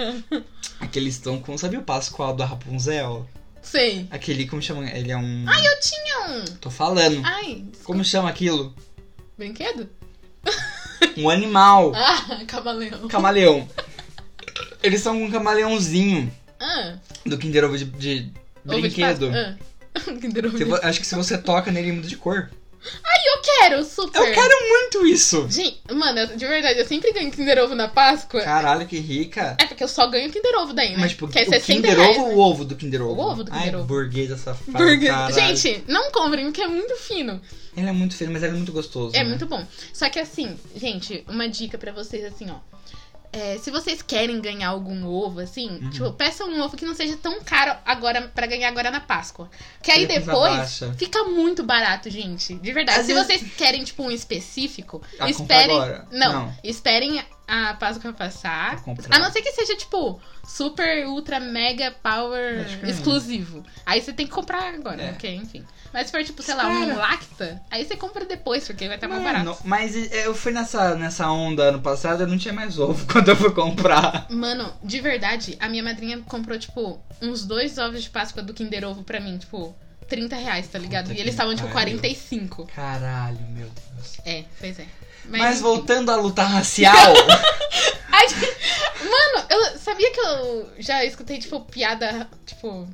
B: aqueles estão com, sabe o Pascoal da Rapunzel?
A: Sei.
B: Aquele, como chama? Ele é um.
A: Eu tinha um.
B: Tô falando.
A: Ai, desculpa.
B: Como chama aquilo?
A: Brinquedo?
B: Um animal. Um
A: Ah, camaleão.
B: Camaleão. Eles são com um camaleãozinho
A: Ah,
B: do Kinder Ovo de, de
A: ovo de
B: brinquedo.
A: Páscoa. Ah. Kinder Ovo.
B: Se vo- acho que se você toca nele, ele muda de cor.
A: Eu quero, super.
B: Eu quero um- muito isso!
A: Gente, mano, eu- de verdade, eu sempre ganho Kinder Ovo na Páscoa.
B: Caralho, que rica!
A: É porque eu só ganho Kinder Ovo daí, né?
B: Mas, tipo,
A: que é
B: o
A: 60
B: Kinder
A: reais.
B: Ovo ou o ovo do Kinder Ovo?
A: O ovo do
B: Ai,
A: Kinder Ovo.
B: burguesa safada.
A: Burger.
B: caralho.
A: Gente, não comprem, porque é muito fino.
B: Ele é muito feio, mas ele é muito gostoso.
A: É
B: né?
A: muito bom. Só que assim, gente, uma dica pra vocês assim, ó. é, se vocês querem ganhar algum ovo, assim,
B: Uhum.
A: tipo, peça um ovo que não seja tão caro agora pra ganhar agora na Páscoa. Que aí
B: Preços
A: depois
B: abaixa.
A: fica muito barato, gente. De verdade.
B: Às
A: se
B: vezes-
A: vocês querem, tipo, um específico,
B: Ah, compra
A: esperem.
B: agora.
A: Não,
B: Não.
A: esperem a Páscoa passar.
B: Pra comprar.
A: A não ser que seja, tipo, super, ultra, mega power
B: Acho que não.
A: exclusivo. Aí você tem que comprar agora,
B: É.
A: ok, enfim. Mas se for, tipo, sei lá, um
B: Cara.
A: lacta, aí você compra depois, porque vai estar É mais barato.
B: Mano, mas é, eu fui nessa, nessa onda ano passado, eu não tinha mais ovo quando eu fui comprar.
A: Mano, de verdade, a minha madrinha comprou, tipo, uns dois ovos de Páscoa do Kinder Ovo pra mim, tipo, 30 reais, tá ligado?
B: Puta
A: e eles
B: que
A: estavam, tipo,
B: pariu.
A: 45.
B: Caralho, meu Deus.
A: É, pois é.
B: Mas,
A: enfim.
B: voltando à luta racial,
A: Ai, Mano, eu sabia que eu já escutei, tipo, piada, tipo,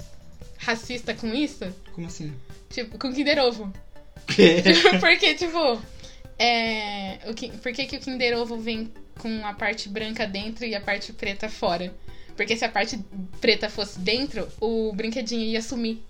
A: racista com isso?
B: como assim?
A: Tipo, com Kinder Ovo.
B: Quê?
A: Porque, tipo, é. O que, por que, que o Kinder Ovo vem com a parte branca dentro e a parte preta fora? Porque se a parte preta fosse dentro, o brinquedinho ia sumir.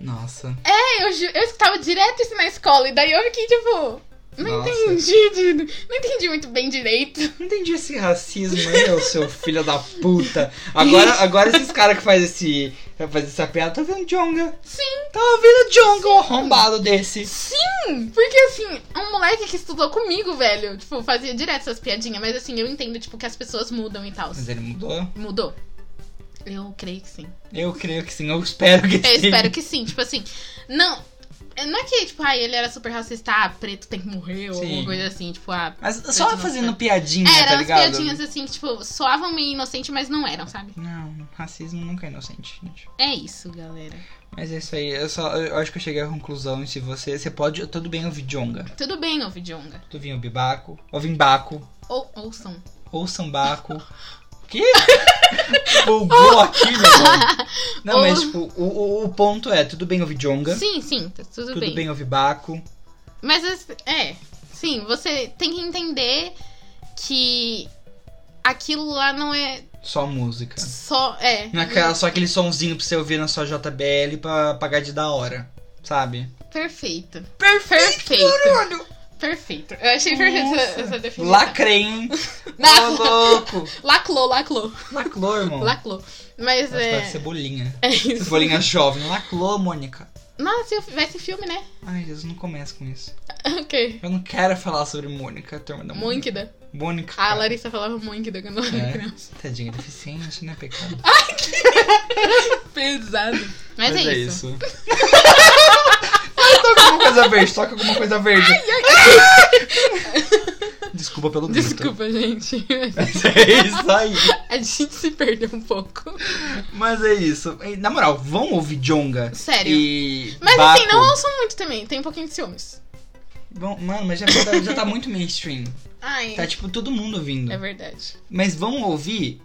B: Nossa.
A: É, eu, ju- eu escutava direto isso na escola, e daí eu fiquei, tipo. Não
B: Nossa.
A: entendi, de- não entendi muito bem direito.
B: Não entendi esse racismo aí, ô seu filho da puta. Agora, agora esses caras que faz esse. Vai fazer essa piada, tá vendo Jonga?
A: Sim.
B: Tá ouvindo Jonga, um arrombado desse.
A: Sim, porque assim, um moleque que estudou comigo, velho, tipo, fazia direto essas piadinhas, mas assim, eu entendo, tipo, que as pessoas mudam e tal.
B: Mas ele mudou?
A: Mudou? Eu creio que sim.
B: Eu creio que sim, eu espero que sim.
A: Eu espero que sim, tipo assim. Não, não é que, tipo, ah, ele era super racista, ah, preto tem que morrer, ou
B: Sim.
A: alguma coisa assim, tipo, ah.
B: Mas só
A: Preto não
B: fazendo
A: sabe.
B: piadinha,
A: É,
B: tá
A: eram umas
B: ligado?
A: piadinhas assim que, tipo, soavam meio inocente, mas não eram, sabe?
B: Não, racismo nunca é inocente, gente.
A: É isso, galera.
B: Mas é isso aí, eu só eu acho que eu cheguei à conclusão e se você. Você pode. Tudo bem ouvir Jonga.
A: Tudo bem, ô Vidionga.
B: Tu vinha o bibaco, ouvir Baco,
A: Ou, ouçam.
B: ou sambaco. que?
A: Oh.
B: Bugou Tipo, aqui, meu irmão. Não,
A: Ou-
B: mas tipo, o, o, o ponto é, tudo bem ouvir Jonga,
A: Oh. Sim, sim, tá tudo,
B: tudo
A: bem.
B: bem. ouvir Baco.
A: Mas as- é, sim, você tem que entender que aquilo lá não é
B: Só música.
A: só. É.
B: Não é aquela- só aquele sonzinho pra você ouvir na sua JBL pra pagar de da hora, sabe?
A: Perfeito.
B: Perfeito!
A: Perfeito.
B: Caralho!
A: Perfeito. Eu achei perfeita essa, essa definição.
B: Lacrei, hein? Ô,
A: Não,
B: louco!
A: laclou, laclou.
B: Laclou, irmão.
A: Laclou. Mas
B: Nossa, parece
A: é.
B: cebolinha.
A: É isso.
B: Cebolinha jovem. Laclou, Mônica.
A: Nossa, se eu tivesse filme, né?
B: Ai, Jesus, não começa com isso.
A: ok.
B: Eu não quero falar sobre Mônica, turma da Mônica.
A: Moinkida.
B: Mônica.
A: Ah, a
B: cara.
A: Larissa falava Moinkida quando eu era
B: É.
A: criança.
B: Tadinha deficiente, né? Pecado.
A: Pesado. Ah, Mas, é, isso.
B: Mas toca alguma coisa verde, toca alguma coisa verde. Ah! Desculpa pelo grito.
A: Desculpa, gente.
B: Mas é isso aí.
A: a gente se perdeu um pouco.
B: Mas é isso. E, Na moral, vão ouvir Jonga.
A: Sério.
B: E
A: Mas
B: Baco.
A: assim, não ouçam muito também, tem um pouquinho de ciúmes.
B: Vão- Mano, mas já, tá- já tá muito mainstream.
A: Ai,
B: Tá tipo todo mundo ouvindo.
A: é verdade.
B: Mas vão ouvir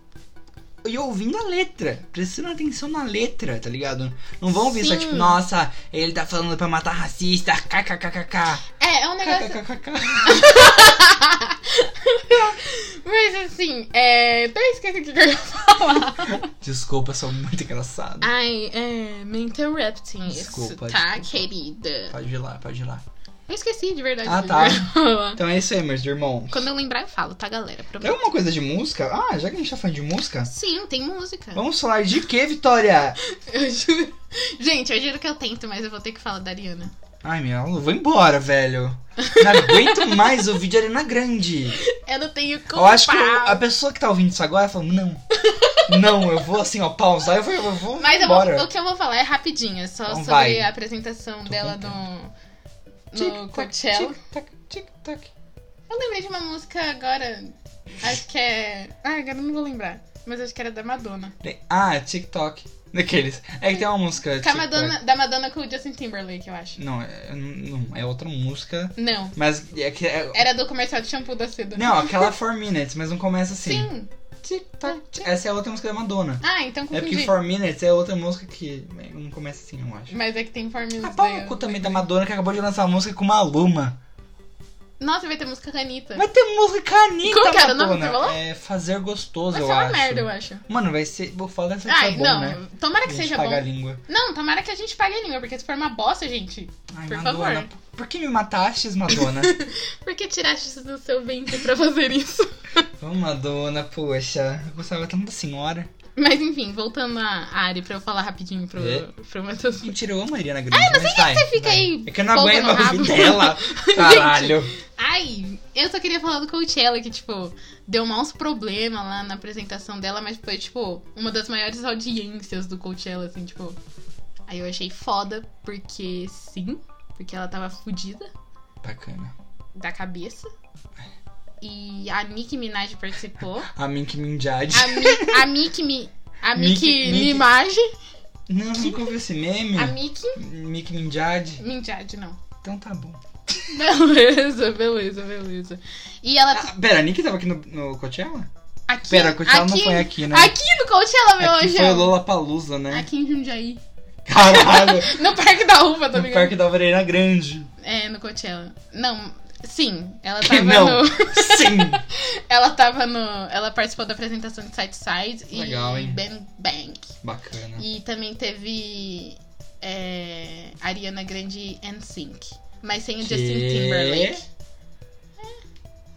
B: e ouvindo a letra. Prestando atenção na letra, tá ligado? Não vão ouvir só
A: Sim.
B: tipo, nossa, ele tá falando pra matar racista. KKKKK.
A: É, é um negócio.
B: KKKKK.
A: Mas assim, é. Até esqueci o que eu ia falar.
B: Desculpa, sou muito engraçado.
A: Ai, é. Me interrupting.
B: Desculpa,
A: isso, tá,
B: desculpa.
A: querida?
B: Pode ir lá, pode ir lá.
A: Eu esqueci de verdade.
B: Ah,
A: o que
B: tá.
A: eu ia falar.
B: Então é isso aí, meus irmãos.
A: Quando eu lembrar, eu falo, tá, galera? Prometo.
B: Tem alguma coisa de música? Ah, já que a gente tá falando de música,
A: Sim, tem música.
B: vamos falar de quê, Vitória?
A: Eu juro. Gente, eu juro que eu tento, mas eu vou ter que falar da Ariana.
B: Ai, meu, eu vou embora, velho. Não aguento mais ouvir de Arena Grande.
A: Eu não tenho como.
B: Eu acho que eu-
A: falar.
B: a pessoa que tá ouvindo isso agora falou, não. Não, eu vou assim, ó, pausar, eu vou, eu vou
A: Mas eu
B: embora.
A: vou- o que eu vou falar é rapidinho, é só
B: Então
A: sobre
B: vai. Então
A: a apresentação
B: Tô
A: dela
B: contente.
A: no, no
B: Tic-tac,
A: Coachella.
B: tic-tac, tic-tac.
A: Eu lembrei de uma música agora. Acho que é. Ah, agora eu não vou lembrar. Mas acho que era da Madonna.
B: Ah, TikTok. Daqueles. É que tem uma música.
A: Com a
B: tic-tac.
A: Madonna da Madonna com o Justin Timberlake, eu acho.
B: Não, é, não, é outra música.
A: Não.
B: Mas é que. É,
A: Era do comercial de shampoo da Seda.
B: Não, aquela 4 Minutes, mas não começa assim.
A: Sim.
B: Tic-tac. tic. Essa é outra música da Madonna.
A: Ah, então
B: É porque
A: confundi.
B: 4 Minutes é outra música que não começa assim, eu acho.
A: Mas é que tem Four Minutes.
B: A Ah, pau
A: daí
B: no
A: eu-
B: cu também da Madonna que acabou de lançar uma música com uma luma.
A: Nossa, vai ter música com a Anitta.
B: É. Vai ter música tá canita,
A: Como que era o nome que
B: Madonna.
A: você falou?
B: É fazer gostoso,
A: Vai
B: eu
A: ser uma
B: acho.
A: merda, eu acho.
B: Mano, vai ser. Vou falar dessa que
A: Ai,
B: é bom,
A: não.
B: né?
A: Tomara que
B: A gente
A: seja
B: paga a
A: bom.
B: língua.
A: Não, tomara que a gente pague a língua, porque se for uma bosta, gente.
B: Ai,
A: Por
B: Madonna. Por que me matastes, Madonna?
A: Por que tiraste isso do seu ventre pra fazer isso?
B: Ô, Madonna, poxa. Eu gostava tanto da senhora.
A: Mas enfim, voltando à Ari pra eu falar rapidinho pro,
B: É.
A: pro Matheus.
B: Quem tirou a Mariana
A: Ah,
B: Grande? Mas mas vai,
A: você fica
B: vai.
A: aí
B: É que eu não
A: folga
B: aguento
A: no rabo?
B: ouvir dela. Caralho.
A: Ai, eu só queria falar do Coachella, que, tipo, deu mal uns problemas lá na apresentação dela, mas foi, tipo, uma das maiores audiências do Coachella, assim, tipo. Aí eu achei foda, porque sim, porque ela tava fudida
B: Bacana.
A: da cabeça. E a Nicki Minaj participou.
B: A Mink Minjade.
A: A, Mi, a Mickey Mi, a
B: Nicki-
A: Mickey
B: Nicki- Hum.
A: Minaj.
B: Não, nunca ouvi esse meme.
A: A Mickey
B: Mink Minjade.
A: Minjade, não.
B: Então tá bom.
A: Beleza, beleza, beleza. E ela.
B: Ah, pera, a Nick tava aqui no, no Coachella?
A: Aqui,
B: Pera, Coachella não foi aqui, né?
A: Aqui no Coachella, meu
B: Aqui foi o
A: anjo.
B: Lollapalooza, né?
A: Aqui em Jundiaí.
B: Caralho.
A: No Parque da Uva, tá
B: no
A: ligado?
B: Parque da Varena Grande.
A: É, no Coachella. Não, sim, ela
B: Que
A: tava
B: não.
A: no.
B: Sim.
A: Ela tava no. Ela participou da apresentação de Side Side e
B: Legal, hein?
A: Ben Bank.
B: Bacana.
A: E também teve é, Ariana Grande e Sync. Mas sem o
B: Que?
A: Justin Timberlake.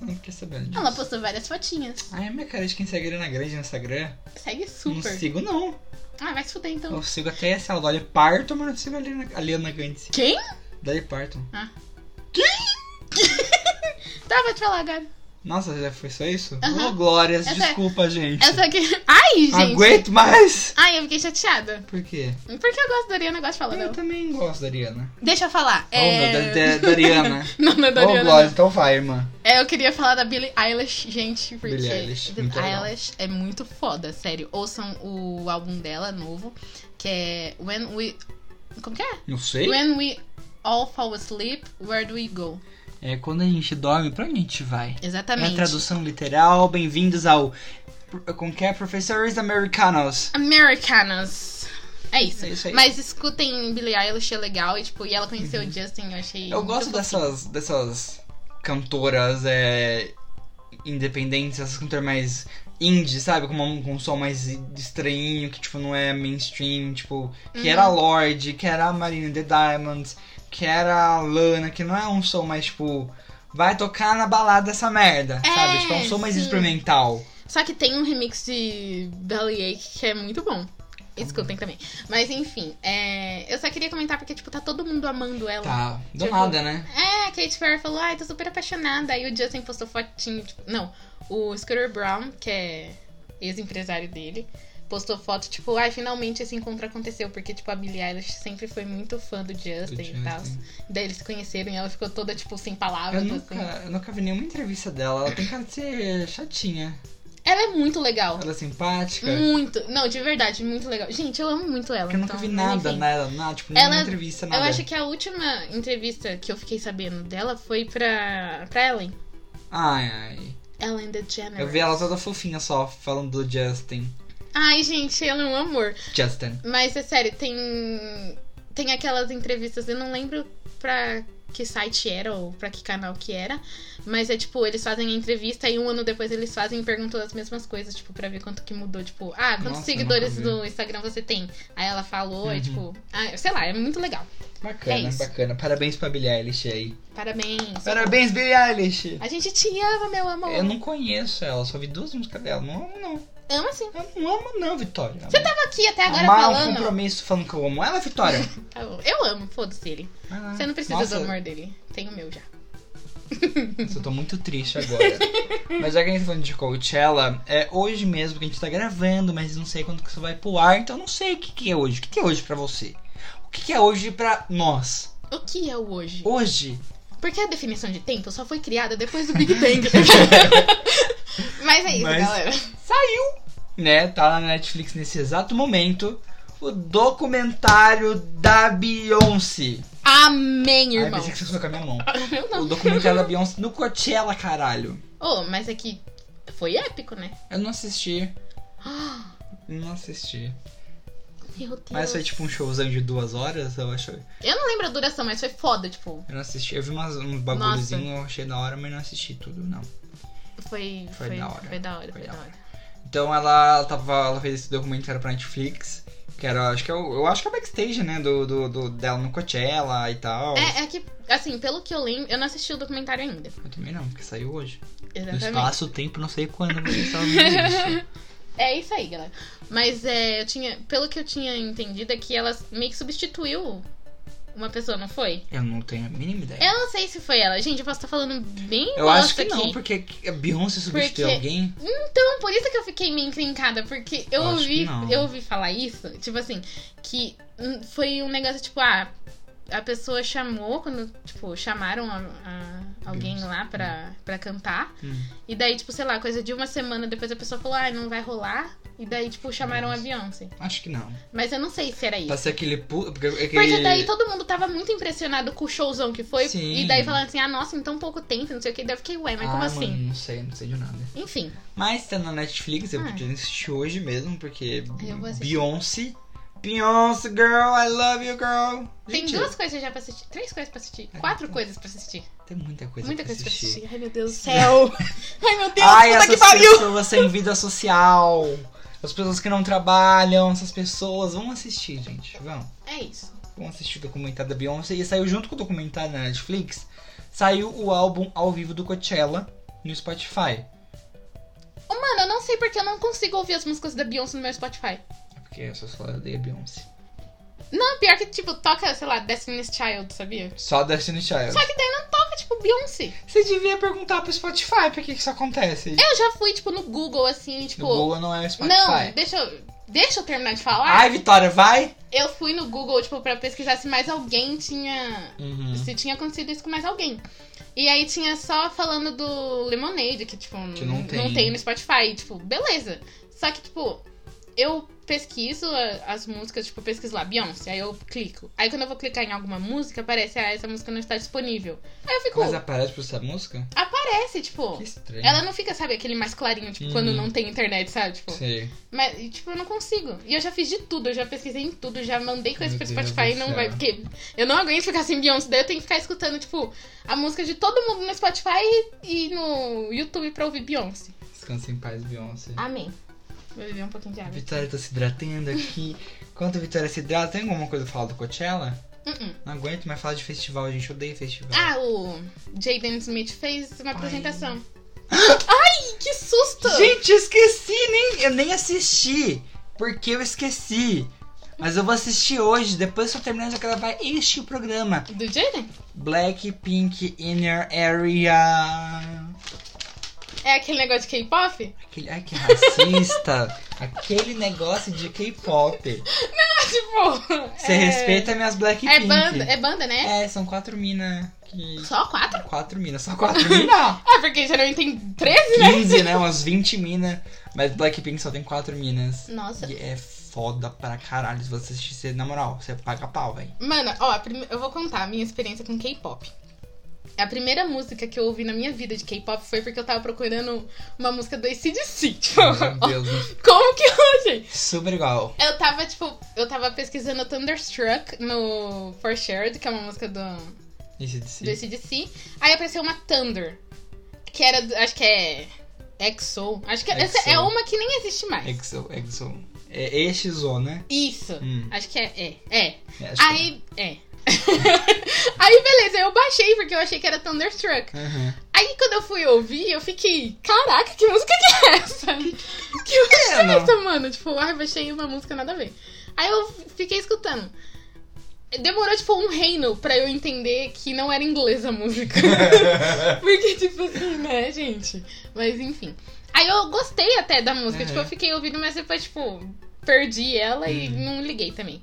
B: Eu Não fiquei sabendo disso.
A: Ela postou várias fotinhas.
B: Ai, minha cara de quem segue a Ariana Grande no Instagram.
A: Segue
B: Não
A: super.
B: sigo, não.
A: Ah, vai se fuder então.
B: Eu sigo até essa aula de Parton, mas não sigo a Ariana, a Ariana Grande.
A: Quem?
B: Dolly Parton.
A: Tá, vou te falar, Gabi.
B: Nossa, já foi só isso?
A: Aham.
B: Ô, Glórias,
A: Essa-
B: desculpa, gente.
A: Eu só que. Ai, gente.
B: Aguento mais!
A: Ai, eu fiquei chateada.
B: Por quê?
A: Porque eu gosto da Ariana, eu gosto de falar
B: Eu
A: dela.
B: também gosto da Ariana.
A: Deixa eu falar.
B: Oh,
A: é...
B: meu, da, da, da Ariana.
A: Não, não é da
B: Ô,
A: Ariana.
B: Glória,
A: não.
B: então vai, irmã.
A: É, eu queria falar da Billie Eilish, gente, porque
B: Billie Eilish,
A: Billie
B: muito legal.
A: Eilish é muito foda, sério. Ouçam o álbum dela novo, que é When We. Como que é?
B: Não sei.
A: When We All Fall Asleep, Where Do We Go?
B: É quando a gente dorme, pra onde a gente vai? É a
A: Exatamente.
B: tradução literal. Bem-vindos ao. Com que é? Professores Americanos.
A: Americanas. É isso.
B: É isso aí. Uhum.
A: Mas escutem Billie Eilish, é legal. E, tipo, e ela conheceu o Justin, eu achei.
B: Eu
A: muito
B: gosto
A: fofo.
B: dessas, dessas cantoras é, independentes, essas cantoras mais indie, sabe? Com, um, com um som mais estranho, que tipo não é mainstream, tipo, que era
A: Uhum.
B: a Lorde, que era a Marina The Diamonds, que era a Lana, que não é um som mais tipo. Vai tocar na balada essa merda,
A: É,
B: sabe? Tipo, é um som mais
A: sim.
B: experimental.
A: Só que tem um remix de Bellyache que é muito bom. Escutem também. Mas enfim, é, eu só queria comentar porque, tipo, tá todo mundo amando ela.
B: Tá, do
A: Tipo,
B: nada, né?
A: É, a Katy Perry falou, ai, tô super apaixonada. Aí o Justin postou fotinho, tipo, não, o Scooter Brown, que é ex-empresário dele, postou foto, tipo, ai, finalmente esse encontro aconteceu, porque, tipo, a Billie Eilish sempre foi muito fã do Justin,
B: Do
A: e tal.
B: Justin.
A: Daí eles se conheceram e ela ficou toda, tipo, sem
B: Eu
A: palavras,
B: nunca,
A: assim.
B: eu nunca vi nenhuma entrevista dela. Ela tem cara de ser chatinha.
A: Ela é muito legal.
B: Ela é simpática.
A: Muito, não, de verdade, muito legal. Gente, eu amo muito ela.
B: Porque eu nunca
A: então,
B: vi
A: mas
B: nada,
A: enfim.
B: nada, nada, tipo,
A: Ela-
B: nenhuma entrevista,
A: Eu
B: nada.
A: acho que a última entrevista que eu fiquei sabendo dela foi pra, pra Ellen.
B: Ai, ai.
A: Ellen DeGeneres.
B: Eu vi ela toda fofinha só, falando do Justin.
A: Ai, gente, ela é um amor.
B: Justin.
A: Mas é sério, tem. Tem aquelas entrevistas, eu não lembro pra que site era ou pra que canal que era. Mas é tipo, eles fazem a entrevista e um ano depois eles fazem e perguntam as mesmas coisas, tipo, pra ver quanto que mudou. Tipo, ah, quantos
B: Nossa, eu nunca
A: seguidores
B: vi.
A: do Instagram você tem? Aí ela falou, e
B: Uhum.
A: tipo, ah, sei lá, é muito legal. É
B: Bacana,
A: isso.
B: bacana. Parabéns pra Billie Eilish aí.
A: Parabéns.
B: Parabéns, Billie Eilish!
A: A gente te ama, meu amor.
B: Eu não conheço ela, só vi duas músicas dela. Não amo, não.
A: Ama sim.
B: Eu não amo, não, Vitória. Você tá
A: aqui até agora
B: Amar é um
A: falando.
B: compromisso falando que eu amo ela, Vitória.
A: Tá bom. Eu amo, foda-se ele.
B: Vai lá.
A: Você não precisa
B: Nossa,
A: do amor dele. Tem o meu já.
B: Nossa, eu tô muito triste agora. mas já que a gente tá falando de Coachella, é hoje mesmo que a gente tá gravando, mas não sei quando que isso vai pro ar, então eu não sei o que, que é hoje. O que, que é hoje pra você? O que, que é hoje pra nós?
A: O que é o hoje?
B: Hoje?
A: Porque a definição de tempo só foi criada depois do Big Bang. Mas é isso,
B: Mas-
A: galera.
B: Né, tá lá na Netflix nesse exato momento. O documentário da Beyoncé.
A: Amém,
B: Ai,
A: irmão.
B: pensei que você foi com a minha mão.
A: Eu
B: O
A: não.
B: documentário da Beyoncé no Coachella, caralho.
A: Oh, mas é que foi épico, né?
B: Eu não assisti.
A: Ah,
B: Não assisti.
A: Meu Deus.
B: Mas foi tipo um showzão de duas horas, eu acho.
A: Eu não lembro a duração, mas foi foda, tipo.
B: Eu não assisti, eu vi umas, uns bagulhozinhos, eu achei da hora, mas não assisti tudo, não.
A: Foi.
B: Foi da hora.
A: Foi da hora,
B: Foi
A: foi
B: da
A: da hora.
B: Então ela tava. Ela fez esse documentário pra Netflix. Que era, acho que é o, eu acho que é o backstage, né? Do, do, do- dela no Coachella e tal.
A: É, é que, assim, pelo que eu lembro, eu não assisti o documentário ainda.
B: Eu também não, porque saiu hoje. No
A: Exatamente.
B: espaço, o tempo, não sei quando vocês estavam vendo isso.
A: É isso aí, galera. Mas é, eu tinha, pelo que eu tinha entendido, é que ela meio que substituiu uma pessoa, não foi?
B: Eu não tenho a mínima ideia.
A: Eu não sei se foi ela. Gente, eu posso estar falando bem
B: Eu acho
A: bosta
B: que não,
A: aqui.
B: porque a Beyoncé substituiu
A: Porque-
B: alguém.
A: Então, por isso que eu fiquei meio encrencada, porque eu
B: Eu acho que
A: ouvi,
B: não.
A: eu ouvi falar isso, tipo assim, que hum, foi um negócio tipo, ah, a pessoa chamou, quando, tipo, chamaram a- a- alguém
B: Beyoncé.
A: lá pra, pra cantar,
B: Hum.
A: e daí, tipo, sei lá, coisa de uma semana depois a pessoa falou, ah, não vai rolar, e daí, tipo, chamaram a Beyoncé.
B: Acho que não.
A: Mas eu não sei se era
B: Pra
A: isso.
B: ser aquele. pu- Porque, aquele...
A: Porque daí todo mundo tava muito impressionado com o showzão que foi.
B: Sim.
A: E daí falando assim, ah, nossa, em tão pouco tempo, não sei o que. Daí eu fiquei, ué, mas como
B: Ah,
A: assim?
B: mano, não sei, não sei de nada.
A: Enfim.
B: Mas tá na Netflix, eu
A: Ah.
B: podia assistir hoje mesmo, porque
A: Eu vou assistir.
B: Beyoncé. Beyoncé, girl, I love you, girl.
A: Tem
B: Gente,
A: duas coisas já pra assistir. Três coisas pra assistir.
B: É,
A: Quatro
B: tem-
A: coisas pra assistir.
B: Tem muita coisa
A: Muita
B: pra
A: coisa pra
B: assistir.
A: assistir. Ai, meu Deus do céu. Ai, meu Deus,
B: Ai,
A: puta que
B: essas
A: pariu.
B: pessoas sem vida social. As pessoas que não trabalham, essas pessoas. Vão assistir, gente. Vão.
A: É isso.
B: Vão assistir o documentário da Beyoncé. E saiu junto com o documentário na Netflix. Saiu o álbum ao vivo do Coachella no Spotify.
A: Ô, mano, eu não sei porque eu não consigo ouvir as músicas da Beyoncé no meu Spotify.
B: É porque eu só só odeio a Beyoncé.
A: Não, pior que, tipo, toca, sei lá, Destiny's Child, sabia?
B: Só Destiny's Child.
A: Só que daí não toca, tipo, Beyoncé.
B: Você devia perguntar pro Spotify por que que isso acontece.
A: Eu já fui, tipo, no Google, assim,
B: No
A: tipo...
B: Google não é Spotify. Ah,
A: Não, deixa eu... Deixa eu terminar de falar.
B: Ai, Vitória, vai!
A: Eu fui no Google, tipo, pra pesquisar se mais alguém tinha.
B: Uhum.
A: Se tinha acontecido isso com mais alguém. E aí tinha só falando do Lemonade, que, tipo,
B: Que não tem.
A: no Spotify. E, Tipo, beleza. Só que, tipo, eu pesquiso a- as músicas, tipo, eu pesquiso lá, Beyoncé, aí eu clico. Aí quando eu vou clicar em alguma música, aparece, ah, essa música não está disponível. Aí eu fico,
B: Mas aparece pra essa música?
A: aparece, tipo.
B: Que estranho.
A: Ela não fica, sabe, aquele mais clarinho, tipo,
B: Uhum.
A: quando não tem internet, sabe? Tipo,
B: Sei.
A: mas, e, tipo, eu não consigo. E eu já fiz de tudo, eu já pesquisei em tudo, já mandei coisa
B: Meu
A: pro
B: Deus
A: Spotify e
B: do
A: não
B: céu.
A: vai. Porque eu não aguento ficar sem Beyoncé, daí eu tenho que ficar escutando, tipo, a música de todo mundo no Spotify e, e no YouTube pra ouvir Beyoncé.
B: Descansa em paz, Beyoncé.
A: Amém. Vou beber um pouquinho de
B: A
A: água.
B: Vitória tá se hidratando aqui. Enquanto a Vitória se hidrata, tem alguma coisa pra falar do Coachella?
A: Uh-uh.
B: Não aguento mais falar de festival, gente. Eu odeio festival.
A: Ah, o Jaden Smith fez uma apresentação. Ai, que susto!
B: Gente, eu esqueci, nem, eu nem assisti. Porque eu esqueci. Mas eu vou assistir hoje, depois que eu terminar de gravar este programa.
A: Do Jaden?
B: Blackpink Inner Area.
A: É aquele negócio de K-pop?
B: Aquele, ai, que racista. Aquele negócio de K-pop.
A: tipo.
B: Você
A: é-
B: respeita minhas Blackpink.
A: É banda, é banda, né?
B: É, são quatro minas. Que...
A: Só quatro?
B: Quatro minas, só quatro minas?
A: Ah, porque geralmente tem 13, né?
B: 15, né? Umas 20 minas. Mas Blackpink só tem quatro minas.
A: Nossa,
B: E é foda pra caralho. Se você assistir, você- na moral, você paga pau, velho.
A: Mano, ó, a prime- eu vou contar a minha experiência com K-pop. A primeira música que eu ouvi na minha vida de K-pop foi porque eu tava procurando uma música do ACDC. Tipo,
B: Meu Deus. né?
A: como que eu achei?
B: Super igual.
A: Eu tava, tipo, eu tava pesquisando Thunderstruck no For Shared, que é uma música do,
B: Esse
A: do
B: de
A: ACDC. Aí apareceu uma Thunder, que era, do- acho que é EXO. Acho que essa é
B: EXO.
A: uma que nem existe mais.
B: Exo, Exo. É EXO, né?
A: Isso.
B: Hum,
A: Acho que é, é, é.
B: é, acho que
A: Aí, é. Aí, beleza, eu baixei porque eu achei que era Thunderstruck.
B: é. Aham.
A: Aí quando eu fui ouvir, eu fiquei, caraca, que música que é essa? que música é
B: não?
A: essa, mano? Tipo, ai, baixei uma música nada a ver. Aí eu fiquei escutando. Demorou, tipo, um reino pra eu entender que não era inglesa a música. Porque, tipo assim, né, gente? Mas enfim. Aí eu gostei até da música,
B: Uhum.
A: tipo, eu fiquei ouvindo, mas depois, tipo, perdi ela e
B: Uhum.
A: não liguei também.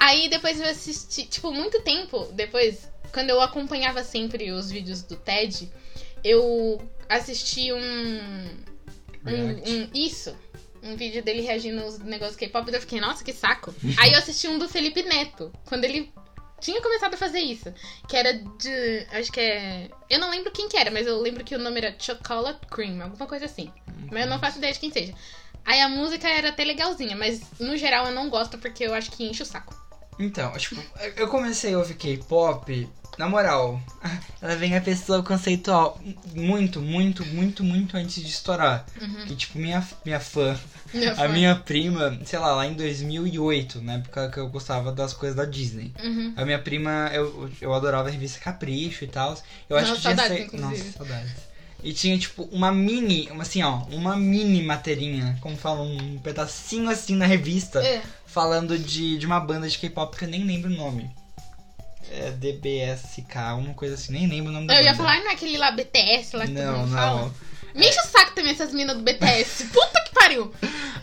A: Aí depois eu assisti, tipo, muito tempo depois, quando eu acompanhava sempre os vídeos do TED, eu assisti um. um,
B: React.
A: um- isso. Um vídeo dele reagindo aos negócios K-pop, e eu fiquei, nossa, que saco. Aí eu assisti um do Felipe Neto, quando ele tinha começado a fazer isso. Que era de. Acho que é. Eu não lembro quem que era, mas eu lembro que o nome era Chocolate Cream, alguma coisa assim. Mas eu não faço ideia de quem seja. Aí a música era até legalzinha, mas no geral eu não gosto porque eu acho que enche o saco.
B: Então, tipo, eu comecei a ouvir K-pop. na moral, ela vem a pessoa conceitual muito, muito, muito, muito antes de estourar.
A: Uhum.
B: Que, tipo, minha, minha fã,
A: Minha
B: a
A: fã.
B: minha prima, sei lá, lá em 2008, na época que eu gostava das coisas da Disney.
A: Uhum.
B: A minha prima, eu, eu adorava a revista Capricho e tal. Eu acho
A: Nossa,
B: que tinha.
A: saudades,
B: sei-
A: inclusive.
B: Nossa, saudades. E tinha, tipo, uma mini, uma assim, ó, uma mini materinha, como fala, um pedacinho assim na revista
A: É.
B: falando de, de uma banda de K-pop que eu nem lembro o nome. É DBSK, uma coisa assim, nem lembro o nome da
A: Eu ia
B: banda.
A: falar, "Ah, não é aquele lá BTS lá que todo
B: Não,
A: mundo
B: não.
A: fala. Me enche o saco também essas minas do BTS. Puta que pariu.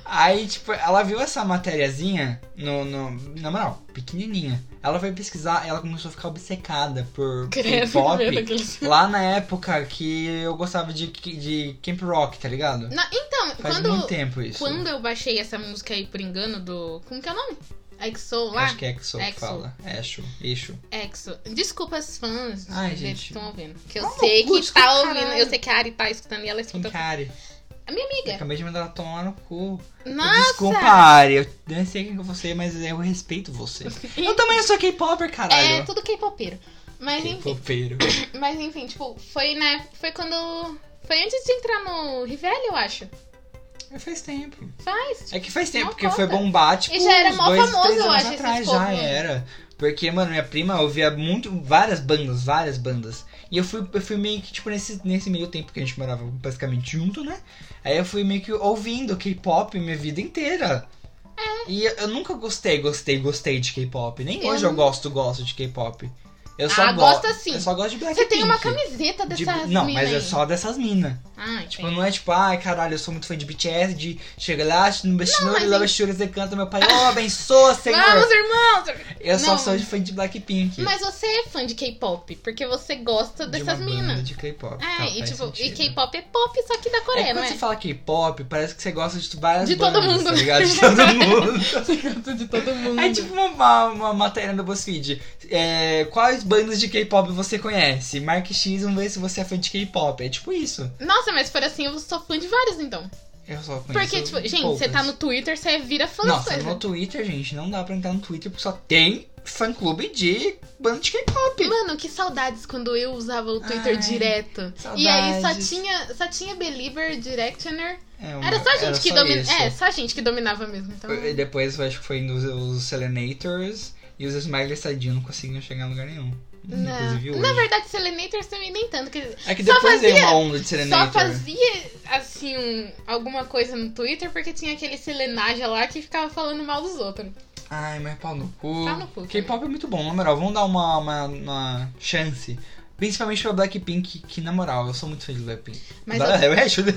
B: Aí, tipo, ela viu essa matériazinha, no, no, na moral, pequenininha. Ela foi pesquisar, ela começou a ficar obcecada por
A: Credo, meu,
B: K-pop.
A: daqueles-
B: Lá na época que eu gostava de, de Camp Rock, tá ligado?
A: Na- então,
B: Faz
A: quando,
B: muito tempo isso.
A: quando eu baixei essa música aí por engano do. Como que é o nome? EXO lá?
B: Acho que é EXO que
A: Exo.
B: fala. Exo, Exo.
A: EXO. Desculpa as fãs
B: Ai,
A: de-
B: gente.
A: que estão ouvindo. Que eu
B: Vamos,
A: sei que
B: Cusco,
A: tá
B: caralho.
A: ouvindo. Eu sei que a Ari tá escutando e ela escuta.
B: Kinkari.
A: A minha amiga.
B: Acabei de mandar ela tomar no cu.
A: Nossa!
B: Desculpa, Ari, eu nem sei quem é você, mas eu respeito você. Eu também sou K-Popper,
A: É
B: caralho.
A: tudo K-popeiro. Mas enfim.
B: K-Popeiro.
A: Mas enfim, tipo, foi na época. Foi quando. Foi antes de entrar no Rivelli, eu acho.
B: É, Faz tempo.
A: Faz.
B: É que faz tempo,
A: Não
B: porque
A: conta.
B: foi bombar, tipo,
A: E já era
B: uns
A: mó
B: dois,
A: famoso,
B: três
A: eu
B: anos
A: acho, esses
B: atrás, já
A: povos, né?
B: era. Porque, mano, minha prima ouvia muito, várias bandas, várias bandas. E eu fui, eu fui meio que, tipo, nesse, nesse meio tempo que a gente morava basicamente junto, né? Aí eu fui meio que ouvindo K-pop minha vida inteira. E eu, eu nunca gostei, gostei, gostei de K-pop. Nem
A: É. Eu
B: hoje eu
A: não-
B: gosto, gosto de K-pop. Eu só
A: Ah,
B: go-
A: gosta sim.
B: Eu só gosto de Blackpink.
A: Você tem uma camiseta
B: De-
A: dessas
B: Não,
A: mina
B: mas é
A: aí.
B: só dessas minas.
A: Ah,
B: Tipo,
A: entendi.
B: não é tipo, ai caralho, eu sou muito fã de BTS, de chega lá, no
A: mas
B: Bastidor,
A: em-
B: lá Bastidor, você canta, meu pai, ó, abençoa, senhor.
A: Vamos, irmãos!
B: eu só
A: não.
B: sou de fã de Blackpink.
A: Mas você é fã de K-pop, porque você gosta
B: de
A: dessas
B: uma banda
A: minas.
B: De K-pop.
A: É,
B: tá,
A: e
B: faz
A: tipo, e
B: sentido.
A: K-pop é pop, só que da
B: É que
A: Coreia, não
B: quando
A: é?
B: você fala K-pop, parece que você gosta de várias
A: De todo
B: bandas,
A: mundo.
B: tá ligado? De todo mundo.
A: de todo mundo.
B: É tipo uma, uma, uma matéria do BuzzFeed. É, quais bandas de K-pop você conhece? Marque X, vamos ver se você é fã de K-pop. É tipo isso.
A: Nossa, mas se for assim, eu sou fã de vários, então.
B: Eu só conheço
A: Porque, tipo, gente, você tá
B: poucas.
A: no Twitter, você vira fã das
B: Nossa,
A: coisas.
B: no Twitter, gente, não dá pra entrar no Twitter porque só tem fã clube de banda de K-pop.
A: Mano, que saudades quando eu usava o Twitter
B: Ai,
A: direto. E aí só
B: saudades.
A: tinha, só tinha Believer, Directioner.
B: É,
A: Era só gente que
B: isso.
A: dominava. É, só gente que dominava mesmo. Então.
B: E depois eu acho que foi nos os Selenators e os Smiley Sadinho não conseguiam chegar em lugar nenhum. Inclusive
A: Não.
B: hoje.
A: Na verdade, Selenators também nem tanto. Que
B: é que
A: só
B: depois deu
A: fazia-
B: uma onda de
A: só
B: Selenator.
A: fazia, assim, um- alguma coisa no Twitter porque tinha aquele Selenaja lá que ficava falando mal dos outros.
B: Ai, mas pau no cu.
A: Pau no cu,
B: K-pop é muito bom, na moral. Vamos dar uma, uma, uma chance. Principalmente pra Blackpink, que na moral, eu sou muito fã de Blackpink.
A: Mas
B: Adoro- eu ajudo.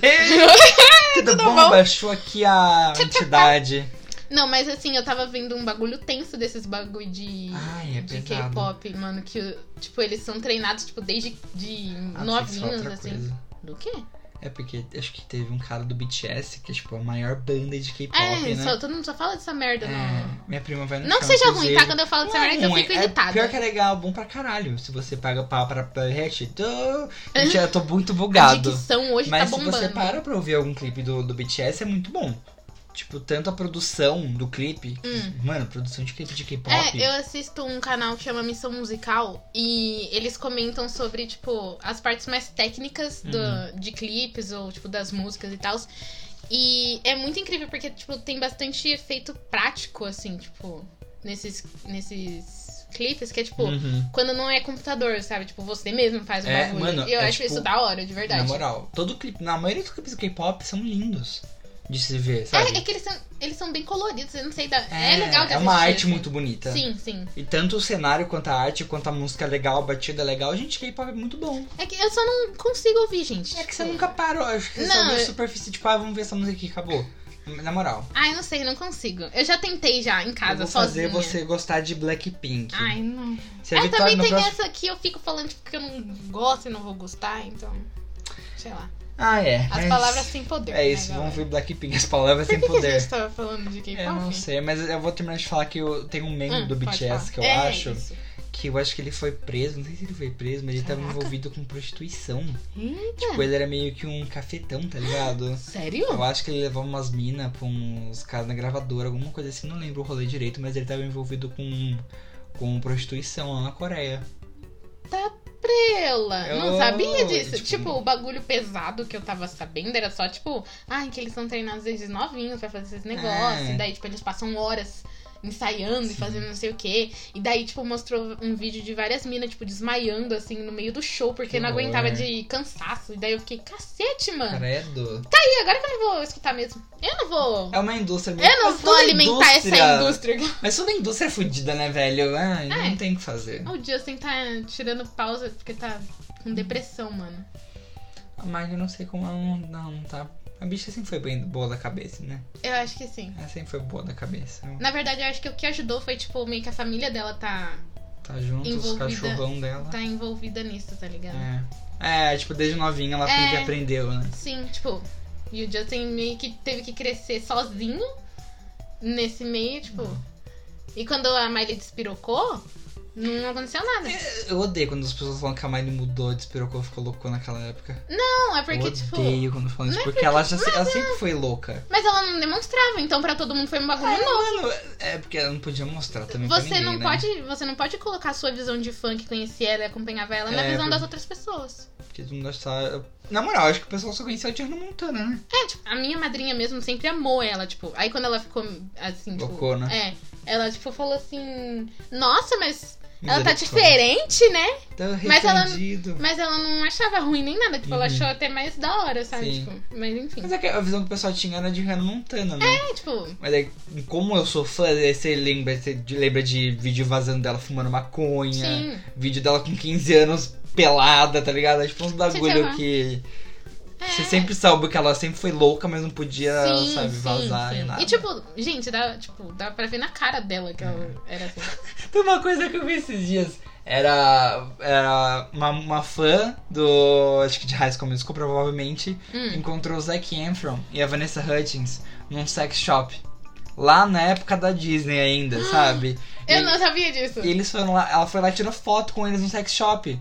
B: Tudo bom?
A: bom?
B: Baixou aqui a entidade.
A: Não, mas assim, eu tava vendo um bagulho tenso desses bagulho de.
B: Ai, é
A: de
B: pesado.
A: K-pop, mano, que, tipo, eles são treinados, tipo, desde de
B: Ah, achei que isso era
A: novinhos,
B: outra
A: assim.
B: coisa.
A: Do quê?
B: É porque acho que teve um cara do BTS, que é tipo a maior banda de K-pop,
A: é,
B: né?
A: só, todo mundo só fala dessa merda, não.
B: É, minha prima vai no
A: Não que
B: show,
A: seja ruim, tá?
B: inclusive.
A: Quando eu falo dessa
B: Não é
A: merda, que eu
B: ruim,
A: fico
B: é-
A: irritada.
B: pior que é legal, bom pra caralho. Se você paga pra, pra, pra hash, tô... Gente, eu tô muito bugado.
A: A dicção hoje
B: Mas
A: tá
B: se
A: bombando.
B: você para pra ouvir algum clipe do, do BTS, é muito bom. Tipo, tanto a produção do clipe.
A: Hum.
B: Mano, produção de clipe de K-pop.
A: É, eu assisto um canal que chama Missão Musical e eles comentam sobre, tipo, as partes mais técnicas do-
B: Uhum.
A: de clipes ou, tipo, das músicas e tal. E é muito incrível porque, tipo, tem bastante efeito prático, assim, tipo, nesses, nesses clipes que é, tipo,
B: Uhum.
A: quando não é computador, sabe? Tipo, você mesmo faz o
B: É,
A: bagulho.
B: mano,
A: eu
B: é,
A: acho
B: tipo,
A: isso da hora, de verdade.
B: Na moral, todo clipe, na maioria dos clipes do K-pop são lindos de se ver, sabe?
A: É, é que eles são, eles são bem coloridos, eu não sei. Da...
B: É,
A: É, legal de
B: É uma
A: assistir,
B: arte
A: assim.
B: muito bonita.
A: Sim, sim.
B: E tanto o cenário quanto a arte, quanto a música é legal, a batida é legal, gente, K-pop é muito bom.
A: É que eu só não consigo ouvir, gente.
B: É que você
A: Tipo,
B: nunca parou, acho que você
A: Não,
B: só viu
A: eu-
B: superfície, tipo, ah, vamos ver essa música aqui, acabou. Na moral.
A: Ai, não sei, não consigo. Eu já tentei já em
B: Eu
A: casa,
B: vou
A: sozinha.
B: fazer você gostar de Blackpink.
A: Ai, não.
B: Se a
A: É,
B: Vitória
A: também
B: no
A: tem
B: próximo...
A: essa que eu fico falando tipo, que eu não gosto e não vou gostar, então. Sei lá.
B: Ah, é.
A: As
B: mas-
A: palavras têm poder.
B: É isso,
A: né,
B: vamos
A: galera?
B: ver Blackpink, as palavras sem
A: Por que que a
B: poder. É,
A: gente tava falando de K-pop?
B: Eu não sei, mas eu vou terminar de falar que eu tenho um membro
A: Hum,
B: do
A: é? pode
B: BTS
A: falar.
B: que eu
A: É
B: acho,
A: isso.
B: que eu acho que ele foi preso, não sei se ele foi preso, mas ele tava
A: Caraca.
B: envolvido com prostituição.
A: Eita,
B: Tipo, ele era meio que um cafetão, tá ligado?
A: sério?
B: Eu acho que ele levou umas minas pra uns caras na gravadora, alguma coisa assim, não lembro o rolê direito, mas ele tava envolvido com, com prostituição lá na Coreia.
A: Eita prela! Não
B: Oh,
A: sabia disso.
B: tipo-
A: Tipo, o bagulho pesado que eu tava sabendo era só, tipo, ai, que eles são treinados desde novinhos pra fazer esses negócios.
B: É.
A: E daí, tipo, eles passam horas ensaiando e fazendo não sei o quê. E daí, tipo, mostrou um vídeo de várias minas, tipo, desmaiando, assim, no meio do show, porque
B: Que
A: não
B: horror.
A: aguentava de cansaço. E daí eu fiquei, cacete, mano!
B: Credo.
A: E agora que eu não vou escutar mesmo. Eu não vou.
B: É uma indústria mesmo.
A: Eu não
B: Mas
A: vou
B: toda
A: alimentar essa indústria.
B: Mas toda indústria é fodida, né, velho? Ai,
A: É.
B: Não tem o que fazer.
A: O Justin tá tirando pausa porque tá com depressão, mano.
B: A Magda, eu não sei como ela não, não tá. A bicha sempre foi bem boa da cabeça, né?
A: Eu acho que sim.
B: Ela sempre foi boa da cabeça.
A: Na verdade, eu acho que o que ajudou foi, tipo, meio que a família dela tá,
B: Tá junto, os
A: Envolvida.
B: cachorrão dela.
A: tá envolvida nisso, tá ligado?
B: É. é, tipo, desde novinha ela meio
A: É.
B: que aprendeu, né?
A: Sim, tipo, e o Justin meio que teve que crescer sozinho nesse meio, tipo. E quando a Miley despirocou, não aconteceu nada.
B: Eu odeio quando as pessoas falam que a Miley mudou, despirocou, ficou louco naquela época.
A: Não, é porque,
B: eu
A: tipo.
B: odeio quando falam isso, porque, ela, já, se- ela sempre foi louca.
A: Mas ela não demonstrava, então pra todo mundo foi um bagulho novo.
B: Mano, é porque ela não podia mostrar também pra
A: Você não,
B: ninguém, né?
A: pode, você não pode colocar a sua visão de fã que conhecia ela e acompanhava ela na
B: É,
A: visão
B: por-
A: das outras pessoas.
B: Porque todo mundo achava... Na moral, acho que o pessoal só conhecia a Tiana Montana, né?
A: É, tipo, a minha madrinha mesmo sempre amou ela, tipo. Aí quando ela ficou assim, tipo.
B: Loucona.
A: É. Ela, tipo, falou assim: Nossa, mas ela tá
B: Misericórdia.
A: diferente, né?
B: Tô
A: Mas ela-
B: arrependido.
A: Mas ela não achava ruim nem nada. Tipo, ela
B: Uhum.
A: achou até mais da hora, sabe?
B: Sim.
A: Tipo, mas enfim.
B: Mas é que a visão que o pessoal tinha era de Hannah Montana, né?
A: É, tipo.
B: Mas aí, como eu sou fã, aí você lembra, você de- lembra de vídeo vazando dela fumando maconha,
A: Sim.
B: vídeo dela com 15 anos pelada, tá ligado? É tipo uns
A: lá.
B: bagulho que
A: É.
B: você sempre soube que ela sempre foi louca, mas não podia,
A: Sim,
B: sabe,
A: sim,
B: vazar e
A: sim.
B: nada.
A: E tipo, gente, dá, tipo, dá pra ver na cara dela que ela
B: É.
A: era assim.
B: Tem uma coisa que eu vi esses dias. Era, era uma, uma fã do. Acho que de High School Musical, provavelmente.
A: Hum.
B: Encontrou o Zac Efron e a Vanessa Hutchins num sex shop. Lá na época da Disney ainda, sabe? E-
A: Ah, Eu não sabia disso.
B: E eles foram lá, ela foi lá e tirou foto com eles no sex shop.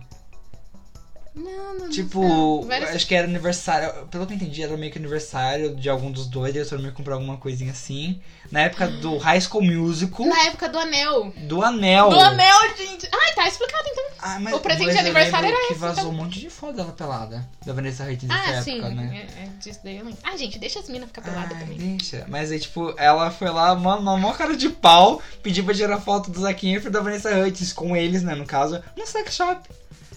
A: Não, não,
B: Tipo,
A: não. Várias-
B: acho que era aniversário. Pelo que eu entendi, era meio que aniversário de algum dos dois. Eles foram meio comprar alguma coisinha assim. Na época do High School Musical,
A: Ah. Na época do anel.
B: do Anel.
A: Do anel, gente. Ai, tá explicado então.
B: Ah, mas
A: O presente
B: mas
A: de aniversário
B: eu lembro
A: era
B: que
A: esse, então.
B: vazou um monte de foto dela pelada. Da Vanessa Hutchins nessa
A: Ah,
B: época,
A: sim.
B: né?
A: É, é disso daí eu lembro. Ah, gente, deixa as minas ficar peladas
B: Ah,
A: também.
B: deixa. Mas aí, tipo, ela foi lá, uma, uma mó cara de pau, pediu pra tirar foto do Zac Efron e da Vanessa Hutchins, com eles, né, no caso, no sex shop.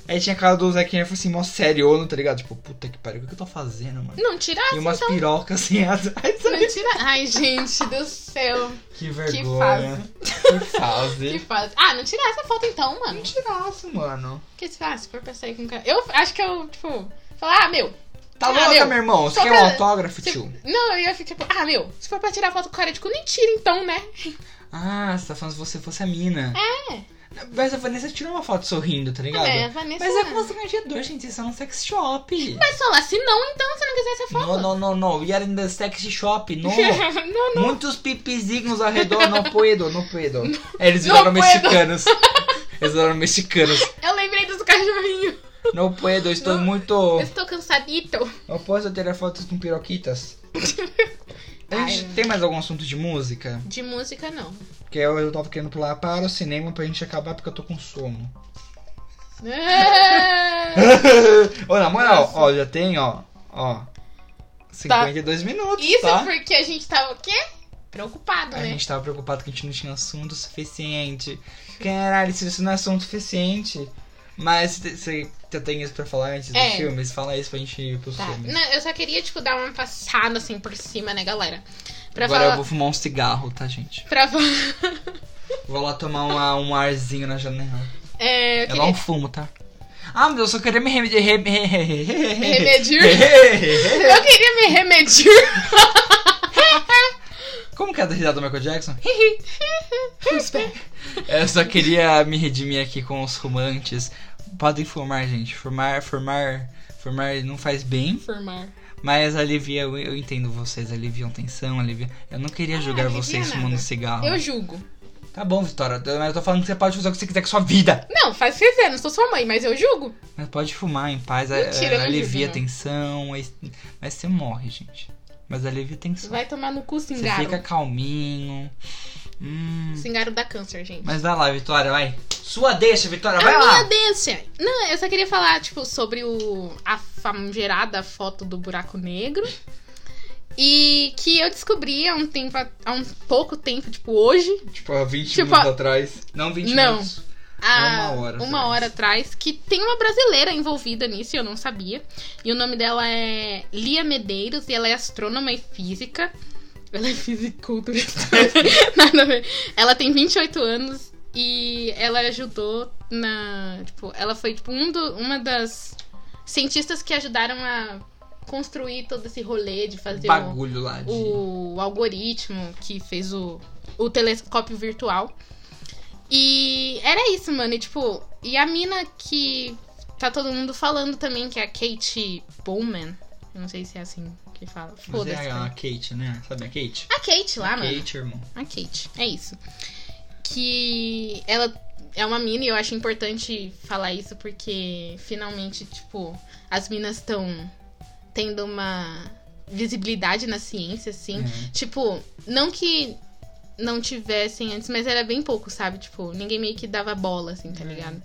B: Aí tinha a cara do Zac Efron, assim, mó seriono, tá ligado? Tipo, puta que pariu, o que que eu tô fazendo, mano?
A: Não tirasse,
B: E umas
A: então.
B: pirocas assim atrás.
A: Não tira... Ai, gente do céu.
B: Que vergonha. Que fase.
A: Que faz. Ah, não tirar essa foto então, mano.
B: tiraço, mano.
A: Que se faz? Se for pra sair com cara. Eu acho que eu, tipo, falar, ah, meu.
B: Tá
A: Ah,
B: louca,
A: meu,
B: meu, irmão? Você
A: só
B: quer
A: pra-
B: um autógrafo,
A: se-
B: tio?
A: Não, eu ia ficar tipo, ah, meu, se for pra tirar foto com cara de cu, nem tira então, né?
B: Ah, você tá falando se você fosse a mina. É. Mas a Vanessa tirou uma foto sorrindo, tá ligado?
A: É, Vanessa.
B: Mas é constrangedor, gente. Isso é um sex shop.
A: Mas só lá, se não, então, se não quiser essa foto.
B: Não, não, não, não. We are in the sex shop. No.
A: não,
B: Muitos pipizinhos ao redor. Não puedo, não puedo. É, Eles
A: No
B: viraram
A: puedo.
B: mexicanos. Eles viraram mexicanos.
A: eu lembrei dos cachorrinhos.
B: Não puedo, estou
A: Não.
B: muito.
A: Eu estou cansadito.
B: Eu posso tirar fotos com piroquitas? A gente
A: Ai.
B: tem mais algum assunto de música?
A: De música, não.
B: Porque eu, eu tava querendo pular para o cinema pra gente acabar porque eu tô com sono.
A: Ah,
B: Ô, na moral,
A: Nossa. Tá.
B: ó, já tem, ó, ó. 52 minutos,
A: Isso
B: tá?
A: porque a gente tava o quê? Preocupado,
B: A
A: né?
B: gente tava preocupado que a gente não tinha assunto suficiente. Caralho, se isso não é assunto suficiente. Mas te- você te- tem isso pra falar antes
A: É.
B: dos filmes? Fala isso pra gente ir pros
A: Tá.
B: filmes.
A: Não, eu só queria, tipo, dar uma passada assim por cima, né, galera? Pra
B: Agora eu
A: falar.
B: vou fumar um cigarro, tá, gente?
A: Pra falar.
B: Vou lá tomar uma- um arzinho na janela.
A: É, eu
B: Eu
A: queria
B: não fumo, tá? Ah, meu Deus, eu só queria me remediar.
A: me
B: Remediar?
A: remedir. Eu queria me remedir.
B: Como que é a risada do Michael Jackson? Eu só queria me redimir aqui com os fumantes. Podem fumar, gente. Fumar, fumar, fumar não faz bem,
A: Formar.
B: mas alivia. Eu, eu entendo vocês, aliviam tensão, alivia. Eu não queria julgar
A: Ah, alivia
B: vocês
A: nada.
B: fumando cigarro.
A: Eu julgo.
B: Tá bom, Vitória, eu- mas eu tô falando que você pode fazer o que você quiser com a sua vida.
A: Não, faz o que quiser, não sou sua mãe, mas eu julgo.
B: Mas pode fumar em paz, a-
A: Mentira, eu não
B: alivia
A: julgo, não.
B: a tensão, aí- mas você morre, gente. Mas alivia a tensão.
A: Vai tomar no cu,
B: Você
A: cingaro.
B: fica calminho. Hum.
A: Singaro dá câncer, gente.
B: Mas vai lá, Vitória, vai. Sua deixa, Vitória, vai
A: a
B: lá.
A: minha dência. Não, eu só queria falar, tipo, sobre o, a famigerada foto do buraco negro. E que eu descobri há um tempo, a- há um pouco tempo, tipo, hoje,
B: Tipo, há 20
A: Tipo,
B: minutos
A: a-
B: atrás. Não 20
A: Não.
B: minutos.
A: há
B: É Uma hora
A: uma
B: atrás.
A: hora atrás, que tem uma brasileira envolvida nisso e eu não sabia. E o nome dela é Lia Medeiros e ela é astrônoma e física. Ela é fisiculturista. Nada a ver. Ela tem 28 anos e ela ajudou na. Tipo, ela foi tipo, um do- uma das cientistas que ajudaram a construir todo esse rolê de fazer um o-
B: Bagulho lá de.
A: o algoritmo que fez o, o telescópio virtual. E era isso, mano. E, tipo, e a mina que tá todo mundo falando também, que é a Kate Bowman. Eu não sei se é assim que fala.
B: Mas
A: Foda-se.
B: é a
A: cara.
B: Kate, né? Sabe a Kate?
A: A Kate lá, mano.
B: Kate, irmão.
A: A Kate. É isso. Que ela é uma mina e eu acho importante falar isso porque finalmente, tipo, as minas estão tendo uma visibilidade na ciência, assim.
B: É.
A: Tipo, não que não tivessem antes, mas era bem pouco, sabe? Tipo, ninguém meio que dava bola, assim, tá
B: Uhum.
A: ligado?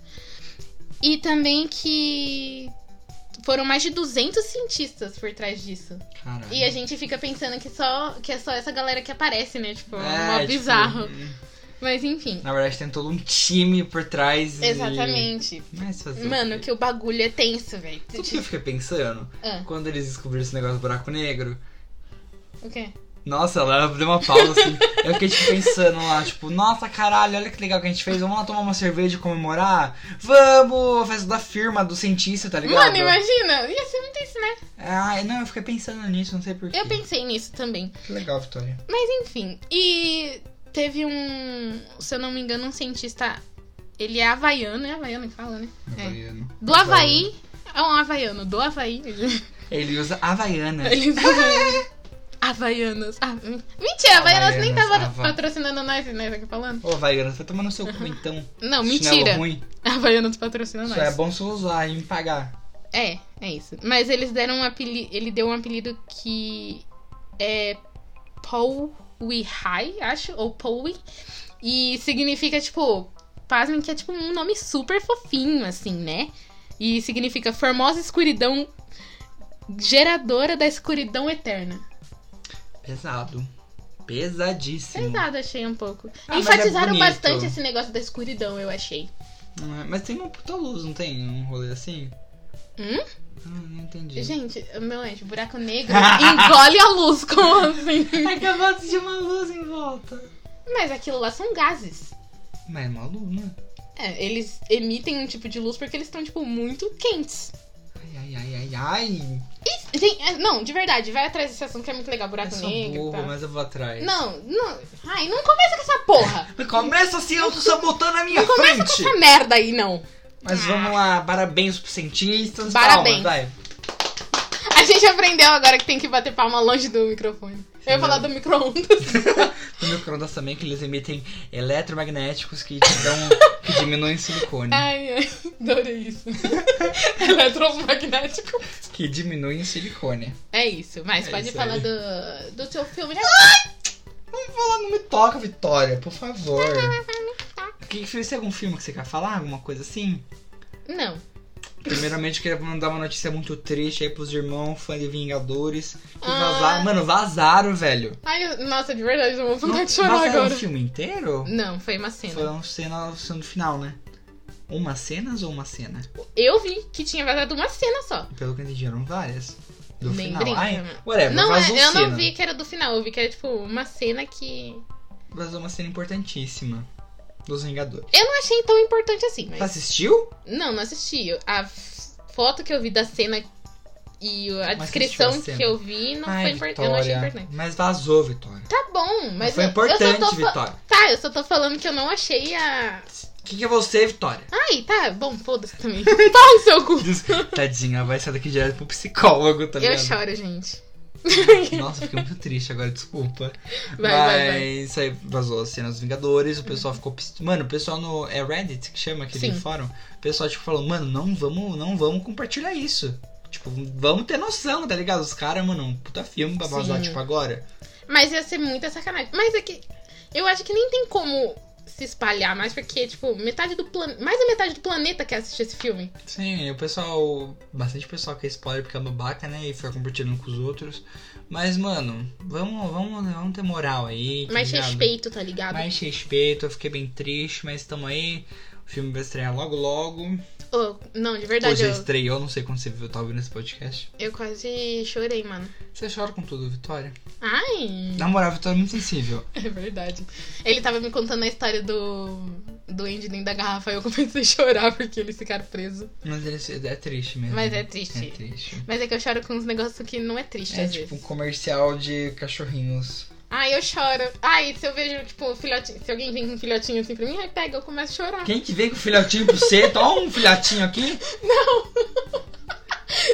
A: E também que foram mais de 200 cientistas por trás disso.
B: Caralho.
A: E a gente fica pensando que só que é só essa galera que aparece, né? Tipo, é,
B: É,
A: mó
B: tipo,
A: bizarro. Mas enfim.
B: na verdade, tem todo um time por trás. e-
A: Exatamente.
B: Mas fazer. o
A: Mano,
B: quê?
A: que o bagulho é tenso, velho.
B: Sabe o que eu fiquei pensando?
A: Ah,
B: Quando eles descobriram esse negócio do buraco negro,
A: o quê?
B: Nossa, ela deu uma pausa assim. Eu fiquei tipo, pensando lá, tipo, nossa caralho, olha que legal que a gente fez, vamos lá tomar uma cerveja e comemorar? Vamos! Festa da firma do cientista, tá ligado?
A: Mano, imagina! Ia ser muito isso, né?
B: Ah, não, eu fiquei pensando nisso, não sei porquê.
A: Eu pensei nisso também.
B: Que legal, Vitória.
A: Enfim, e teve um, se eu não me engano, um cientista. Ele é havaiano, é havaiano que fala, né? É.
B: Havaiano.
A: Do Havaí. É um havaiano, do Havaí.
B: Ele usa Havaianas.
A: Eles Havaianos. Ah, hum. mentira, Havaianos, nem
B: Havaianas,
A: tava
B: Hava.
A: patrocinando nós, né? Tá aqui falando?
B: Ô, Havaianas, vai tomar no seu cu então.
A: Não,
B: Chinelo
A: mentira.
B: ruim.
A: Havaianos patrocina
B: Só
A: nós.
B: é bom se usar e me pagar.
A: É, é isso. Mas eles deram um apelido. Ele deu um apelido que é Paul Wihai, acho, ou Powi. E significa, tipo, pasmem que é tipo um nome super fofinho, assim, né? E significa formosa escuridão geradora da escuridão eterna.
B: Pesado. Pesadíssimo.
A: Pesado, achei um pouco.
B: Ah, mas é
A: Enfatizaram
B: bonito.
A: bastante esse negócio da escuridão, eu achei.
B: Não é- Mas tem uma puta luz, não tem? Um rolê assim?
A: Hum?
B: Ah, não entendi.
A: Gente, meu anjo, buraco negro engole a luz, como assim?
B: Acabou de uma luz em volta.
A: Mas aquilo lá são gases.
B: Mas é maluco, né?
A: É, eles emitem um tipo de luz porque eles estão, tipo, muito quentes.
B: Ai, ai, ai, ai, ai.
A: Gente, é, não, de verdade, vai atrás desse assunto que é muito legal,
B: Eu
A: buraco
B: sou
A: negro.
B: burro,
A: Tá.
B: mas é eu vou atrás.
A: Não, não. Ai, não começa com essa porra!
B: Começa assim, eu tô sabotando a minha frente.
A: Essa merda aí, não.
B: Mas vamos lá, parabéns pros cientistas.
A: Ah. Parabéns.
B: palmas, vai.
A: A gente aprendeu agora que tem que bater palma longe do microfone. Eu ia
B: Não.
A: falar do micro-ondas.
B: No micro-ondas também que eles emitem eletromagnéticos que te dão. que diminuem silicone.
A: Ai, ai, adorei isso. Eletromagnético.
B: Que diminuem silicone.
A: É isso, mas
B: É
A: pode
B: isso
A: falar
B: aí.
A: do, do seu filme.
B: Não vou lá, não me toca, Vitória, por favor. Que, que- tem algum filme que você quer falar? Alguma coisa assim?
A: Não.
B: Primeiramente, eu queria mandar uma notícia muito triste aí pros irmãos, fã de Vingadores. Que
A: Ah.
B: vazaram. Mano, vazaram, velho.
A: Ai, eu- nossa, de verdade, eu vou vontade de chorar
B: Vazaram
A: agora.
B: o é um filme inteiro?
A: Não, né? foi uma cena.
B: Foi uma cena, cena do final, né? Uma cenas ou uma cena?
A: Eu vi que tinha vazado uma cena só.
B: Pelo que eu entendi, eram várias. Do
A: Nem
B: final.
A: brinca,
B: Ai,
A: mano.
B: whatever,
A: não,
B: vazou
A: é- eu
B: cena.
A: não vi que era do final, eu vi que era tipo uma cena que.
B: Vazou uma cena importantíssima. Dos Vingadores.
A: Eu não achei tão importante assim, mas.
B: Você assistiu?
A: Não, não assisti. A f- foto que eu vi da cena e a
B: Mas
A: descrição
B: assistiu a
A: que eu vi não
B: Ai,
A: foi importante. Eu não achei
B: Vitória.
A: importante.
B: Mas vazou, Vitória.
A: Tá bom, mas
B: foi
A: eu,
B: importante,
A: eu só tô fa-
B: Vitória.
A: Tá, eu só tô falando que eu não achei a.
B: O que, que é você, Vitória?
A: Ai, tá, bom, foda-se também. Pau no seu cu.
B: Diz- Tadinha, vai sair daqui direto pro psicólogo, tá
A: eu
B: ligado?
A: choro, gente.
B: Nossa, fiquei muito triste agora, desculpa.
A: Vai,
B: Mas
A: vai, vai.
B: isso aí vazou as cenas dos Vingadores, o pessoal ficou pis- Mano, o pessoal no. É Reddit que chama aquele
A: Sim.
B: fórum? O pessoal, tipo, falou, mano, não vamos, não vamos compartilhar isso. Tipo, vamos ter noção, tá ligado? Os caras, mano, um puta filme pra vazar,
A: Sim.
B: tipo, agora.
A: Mas ia ser muita sacanagem. Mas é que. Eu acho que nem tem como se espalhar mais, porque, tipo, metade do plan... mais da metade do planeta quer assistir esse filme.
B: Sim, e o pessoal. Bastante pessoal quer spoiler porque é babaca, né? E fica compartilhando com os outros. Mas, mano, vamos, vamos, vamos ter moral aí. tá
A: Mais
B: ligado?
A: respeito, tá ligado?
B: Mais respeito, eu fiquei bem triste, mas tamo aí. O filme vai estrear logo logo.
A: Ô, não, de
B: Ou
A: verdade,
B: já
A: eu,
B: estreou, não sei quando você viu, tá ouvindo esse podcast.
A: eu quase chorei, mano.
B: Você chora com tudo, Vitória.
A: Ai!
B: Na moral, a Vitória é muito sensível.
A: É verdade. Ele tava me contando a história do. Do Andy dentro da garrafa e eu comecei a chorar porque eles ficaram presos.
B: Mas ele- é triste mesmo.
A: Mas é triste.
B: É triste.
A: Mas é que eu choro com uns negócios que não é triste,
B: É
A: às
B: tipo um
A: vezes.
B: comercial de cachorrinhos.
A: Ai, eu choro. Ai, se eu vejo, tipo, filhotinho. Se alguém vem com um filhotinho assim pra mim, ai, pega, eu começo a chorar.
B: Quem que vem com filhotinho pra você? Toma um filhotinho aqui. Não.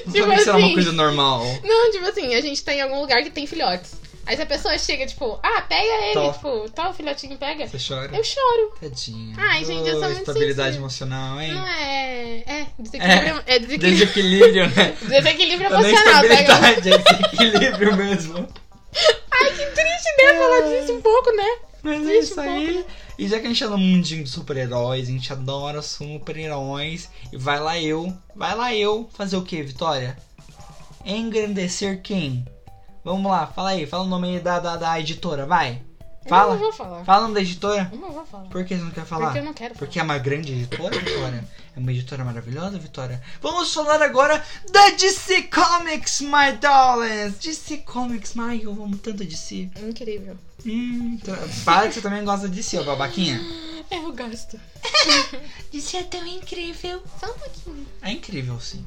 B: Não
A: Tipo
B: sabia que isso era uma
A: assim.
B: coisa normal.
A: Não, tipo assim, a gente tá em algum lugar que tem filhotes. Aí se a pessoa chega, tipo, ah, pega ele,
B: Tó.
A: tipo, tá, o filhotinho pega.
B: Você chora?
A: Eu choro.
B: Tadinha.
A: Ai, gente, eu sou
B: Ô,
A: muito
B: Estabilidade
A: sensível.
B: emocional, hein?
A: Não é. É, desequilíbrio. É, desequilíbrio,
B: Desequilíbrio, né?
A: desequilíbrio
B: Não é
A: emocional, tá? ligado?
B: estabilidade, é desequilíbrio mesmo.
A: Ai, que triste, né? Falar disso um pouco, né?
B: Mas é
A: Triste
B: isso
A: um
B: aí. E já que a gente tá no mundinho de super-heróis, a gente adora super-heróis. E vai lá eu, vai lá eu fazer o que, Vitória? Engrandecer quem? Vamos lá, fala aí, fala o nome aí da, da, da editora, vai.
A: Eu
B: Fala.
A: não vou falar.
B: Fala o nome da editora.
A: Eu não vou falar.
B: Por que você não quer falar?
A: Porque eu não quero falar.
B: Porque é uma grande editora, Vitória. É uma editora maravilhosa, Vitória. Vamos falar agora da DC Comics, my darlings. DC Comics, my, eu amo tanto DC.
A: Incrível.
B: Hum, tra- para que você também gosta de DC, ô babaquinha.
A: É, eu gosto.
B: DC é tão incrível.
A: Só um pouquinho.
B: É incrível, sim.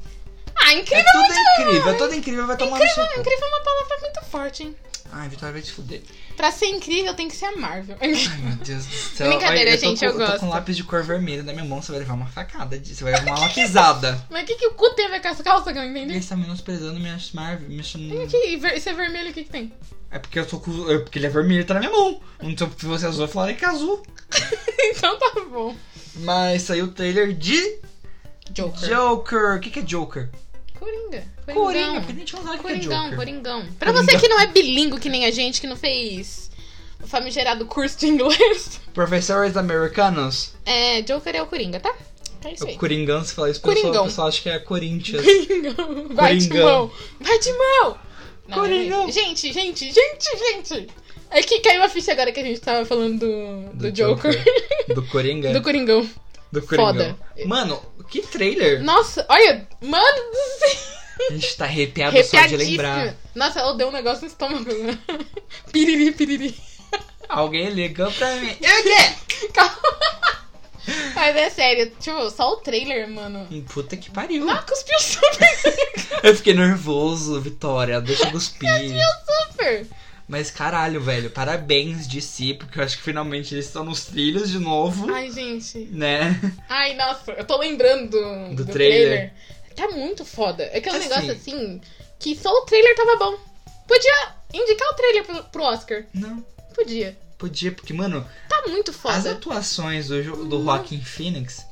A: Ah, incrível!
B: É tudo incrível, é tudo incrível, vai tomar no seu
A: Incrível,
B: cu.
A: incrível é uma palavra muito forte, hein?
B: Ai, Vitória vai te fuder.
A: Pra ser incrível tem que ser a Marvel.
B: Ai, meu Deus do céu.
A: Uhum. É Brincadeira,
B: Ai, eu tô
A: gente,
B: com-
A: eu
B: Eu tô
A: gosto.
B: com lápis de cor vermelha na minha mão, você vai levar uma facada disso, você vai levar uma lapisada.
A: Mas o que, que o cu tem a ver com as calças, que eu não
B: Ele
A: entendi?
B: está menosprezando minhas Marvel, minhas...
A: E o que- ver- Isso é vermelho, o que, que tem?
B: É porque eu tô com. É porque ele é vermelho, tá na minha mão. Não sei se você azul, eu falaria que é azul.
A: então tá bom.
B: Mas saiu o trailer de
A: Joker.
B: Joker. O que, que é Joker?
A: Coringa.
B: Coringa, porque a gente não sabe o que é
A: um Coringão,
B: Joker.
A: Coringão. Pra você que não é bilíngue que nem a gente, que não fez o famigerado curso de inglês,
B: Professores americanos.
A: é, Joker é o Coringa, tá? É isso
B: O
A: aí.
B: Coringão, se falar isso, o pessoal,
A: Coringão.
B: o pessoal acha que é Corinthians.
A: Coringão. Vai,
B: Coringão.
A: Timão. Vai, Timão. Não, não é
B: Coringão.
A: isso. gente, gente, gente, gente. É que caiu a ficha agora que a gente tava falando do, do Joker.
B: Do Coringa.
A: Do Coringão.
B: Do Coringão.
A: Foda.
B: Mano, que trailer.
A: Nossa, olha, mano do céu.
B: A gente tá arrepiado só de lembrar.
A: Arrepiadíssima. Nossa, ela deu um negócio no estômago. agora. piriri, piriri.
B: Alguém ligou pra mim. Eu quê?
A: Calma. Mas é sério, tipo, só o trailer, mano.
B: Puta que pariu.
A: Ah, cuspiu super.
B: Eu fiquei nervoso, Vitória. Deixa eu cuspir.
A: super.
B: Mas caralho, velho, parabéns de si, porque eu acho que finalmente eles estão nos trilhos de novo,
A: Ai, gente.
B: né?
A: Ai, nossa, eu tô lembrando do,
B: Do
A: do,
B: trailer.
A: trailer. Tá muito foda. É que é um
B: Assim.
A: negócio assim que só o trailer tava bom. Podia indicar o trailer pro, pro Oscar.
B: Não,
A: Podia.
B: podia, porque, mano,
A: Tá muito
B: as
A: foda.
B: atuações do, jo- do Joaquim Phoenix.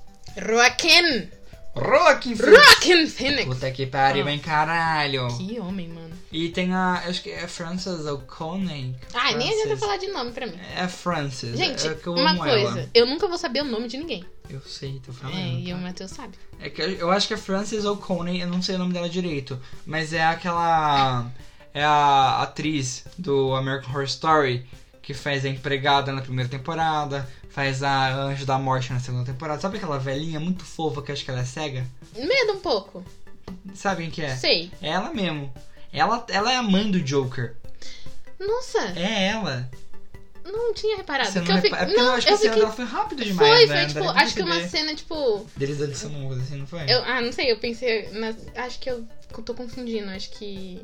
A: Rockin!
B: Joaquim Phoenix!
A: Rockin Phoenix!
B: Puta que pariu,
A: Ah.
B: hein, caralho!
A: Que homem, mano.
B: E tem a. Acho que é Frances O'Connor.
A: Ai, Ah, nem adianta
B: Frances-
A: falar de nome pra mim.
B: É a Frances.
A: Gente,
B: é que eu
A: uma
B: amo
A: coisa.
B: Ela.
A: Eu nunca vou saber o nome de ninguém.
B: Eu sei, tô falando.
A: é, e o
B: tá?
A: Matheus sabe.
B: É que eu, eu acho que é Frances O'Connor, eu não sei o nome dela direito, mas é aquela. É a atriz do American Horror Story que faz a empregada na primeira temporada, faz a Anjo da Morte na segunda temporada. Sabe aquela velhinha muito fofa que eu acho que ela é cega?
A: Medo um pouco.
B: Sabe quem que é?
A: Sei.
B: É ela mesmo. Ela, ela é a mãe do Joker.
A: Nossa,
B: É ela.
A: não tinha reparado.
B: Você não
A: Porque eu
B: repa-
A: fiquei-
B: É porque eu
A: Não,
B: acho que a
A: eu
B: cena
A: fiquei
B: dela foi rápido demais,
A: Foi,
B: né?
A: foi,
B: Não
A: tipo,
B: dá nem pra
A: acho que uma
B: perceber.
A: cena, tipo.
B: Deles dançando uma coisa assim, não foi?
A: Eu, ah, não sei, eu pensei. Mas acho que eu co- tô confundindo. Acho que.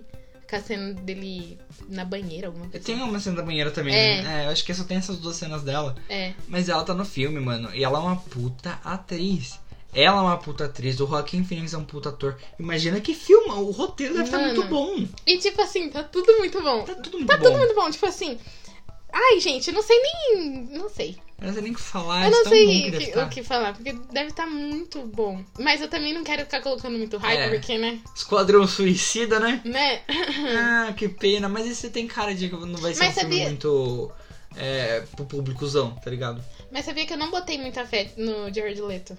A: Com a cena dele na banheira, alguma coisa.
B: Tem uma cena da banheira também,
A: É.
B: né? É, eu acho que só tem essas duas cenas dela.
A: É.
B: Mas ela tá no filme, mano. E ela é uma puta atriz. Ela é uma puta atriz. O Joaquim Phoenix é um puta ator. Imagina que filma. O roteiro deve estar
A: Mano.
B: muito bom.
A: E tipo assim, tá tudo muito bom.
B: Tá tudo muito
A: Tá
B: bom.
A: tudo muito bom, tipo assim. Ai, gente, eu não sei nem. Não sei.
B: Eu não sei nem o que falar.
A: eu
B: de
A: não
B: tão bom
A: sei
B: que deve
A: que-
B: tá.
A: o que falar, porque deve estar muito bom. Mas eu também não quero ficar colocando muito hype,
B: É.
A: porque, né?
B: Esquadrão Suicida, né?
A: Né?
B: ah, que pena. Mas esse tem cara de que não vai ser
A: Mas
B: um filme
A: sabia-
B: muito... é, pro públicozão, tá ligado?
A: Mas sabia que eu não botei muita fé no Jared Leto.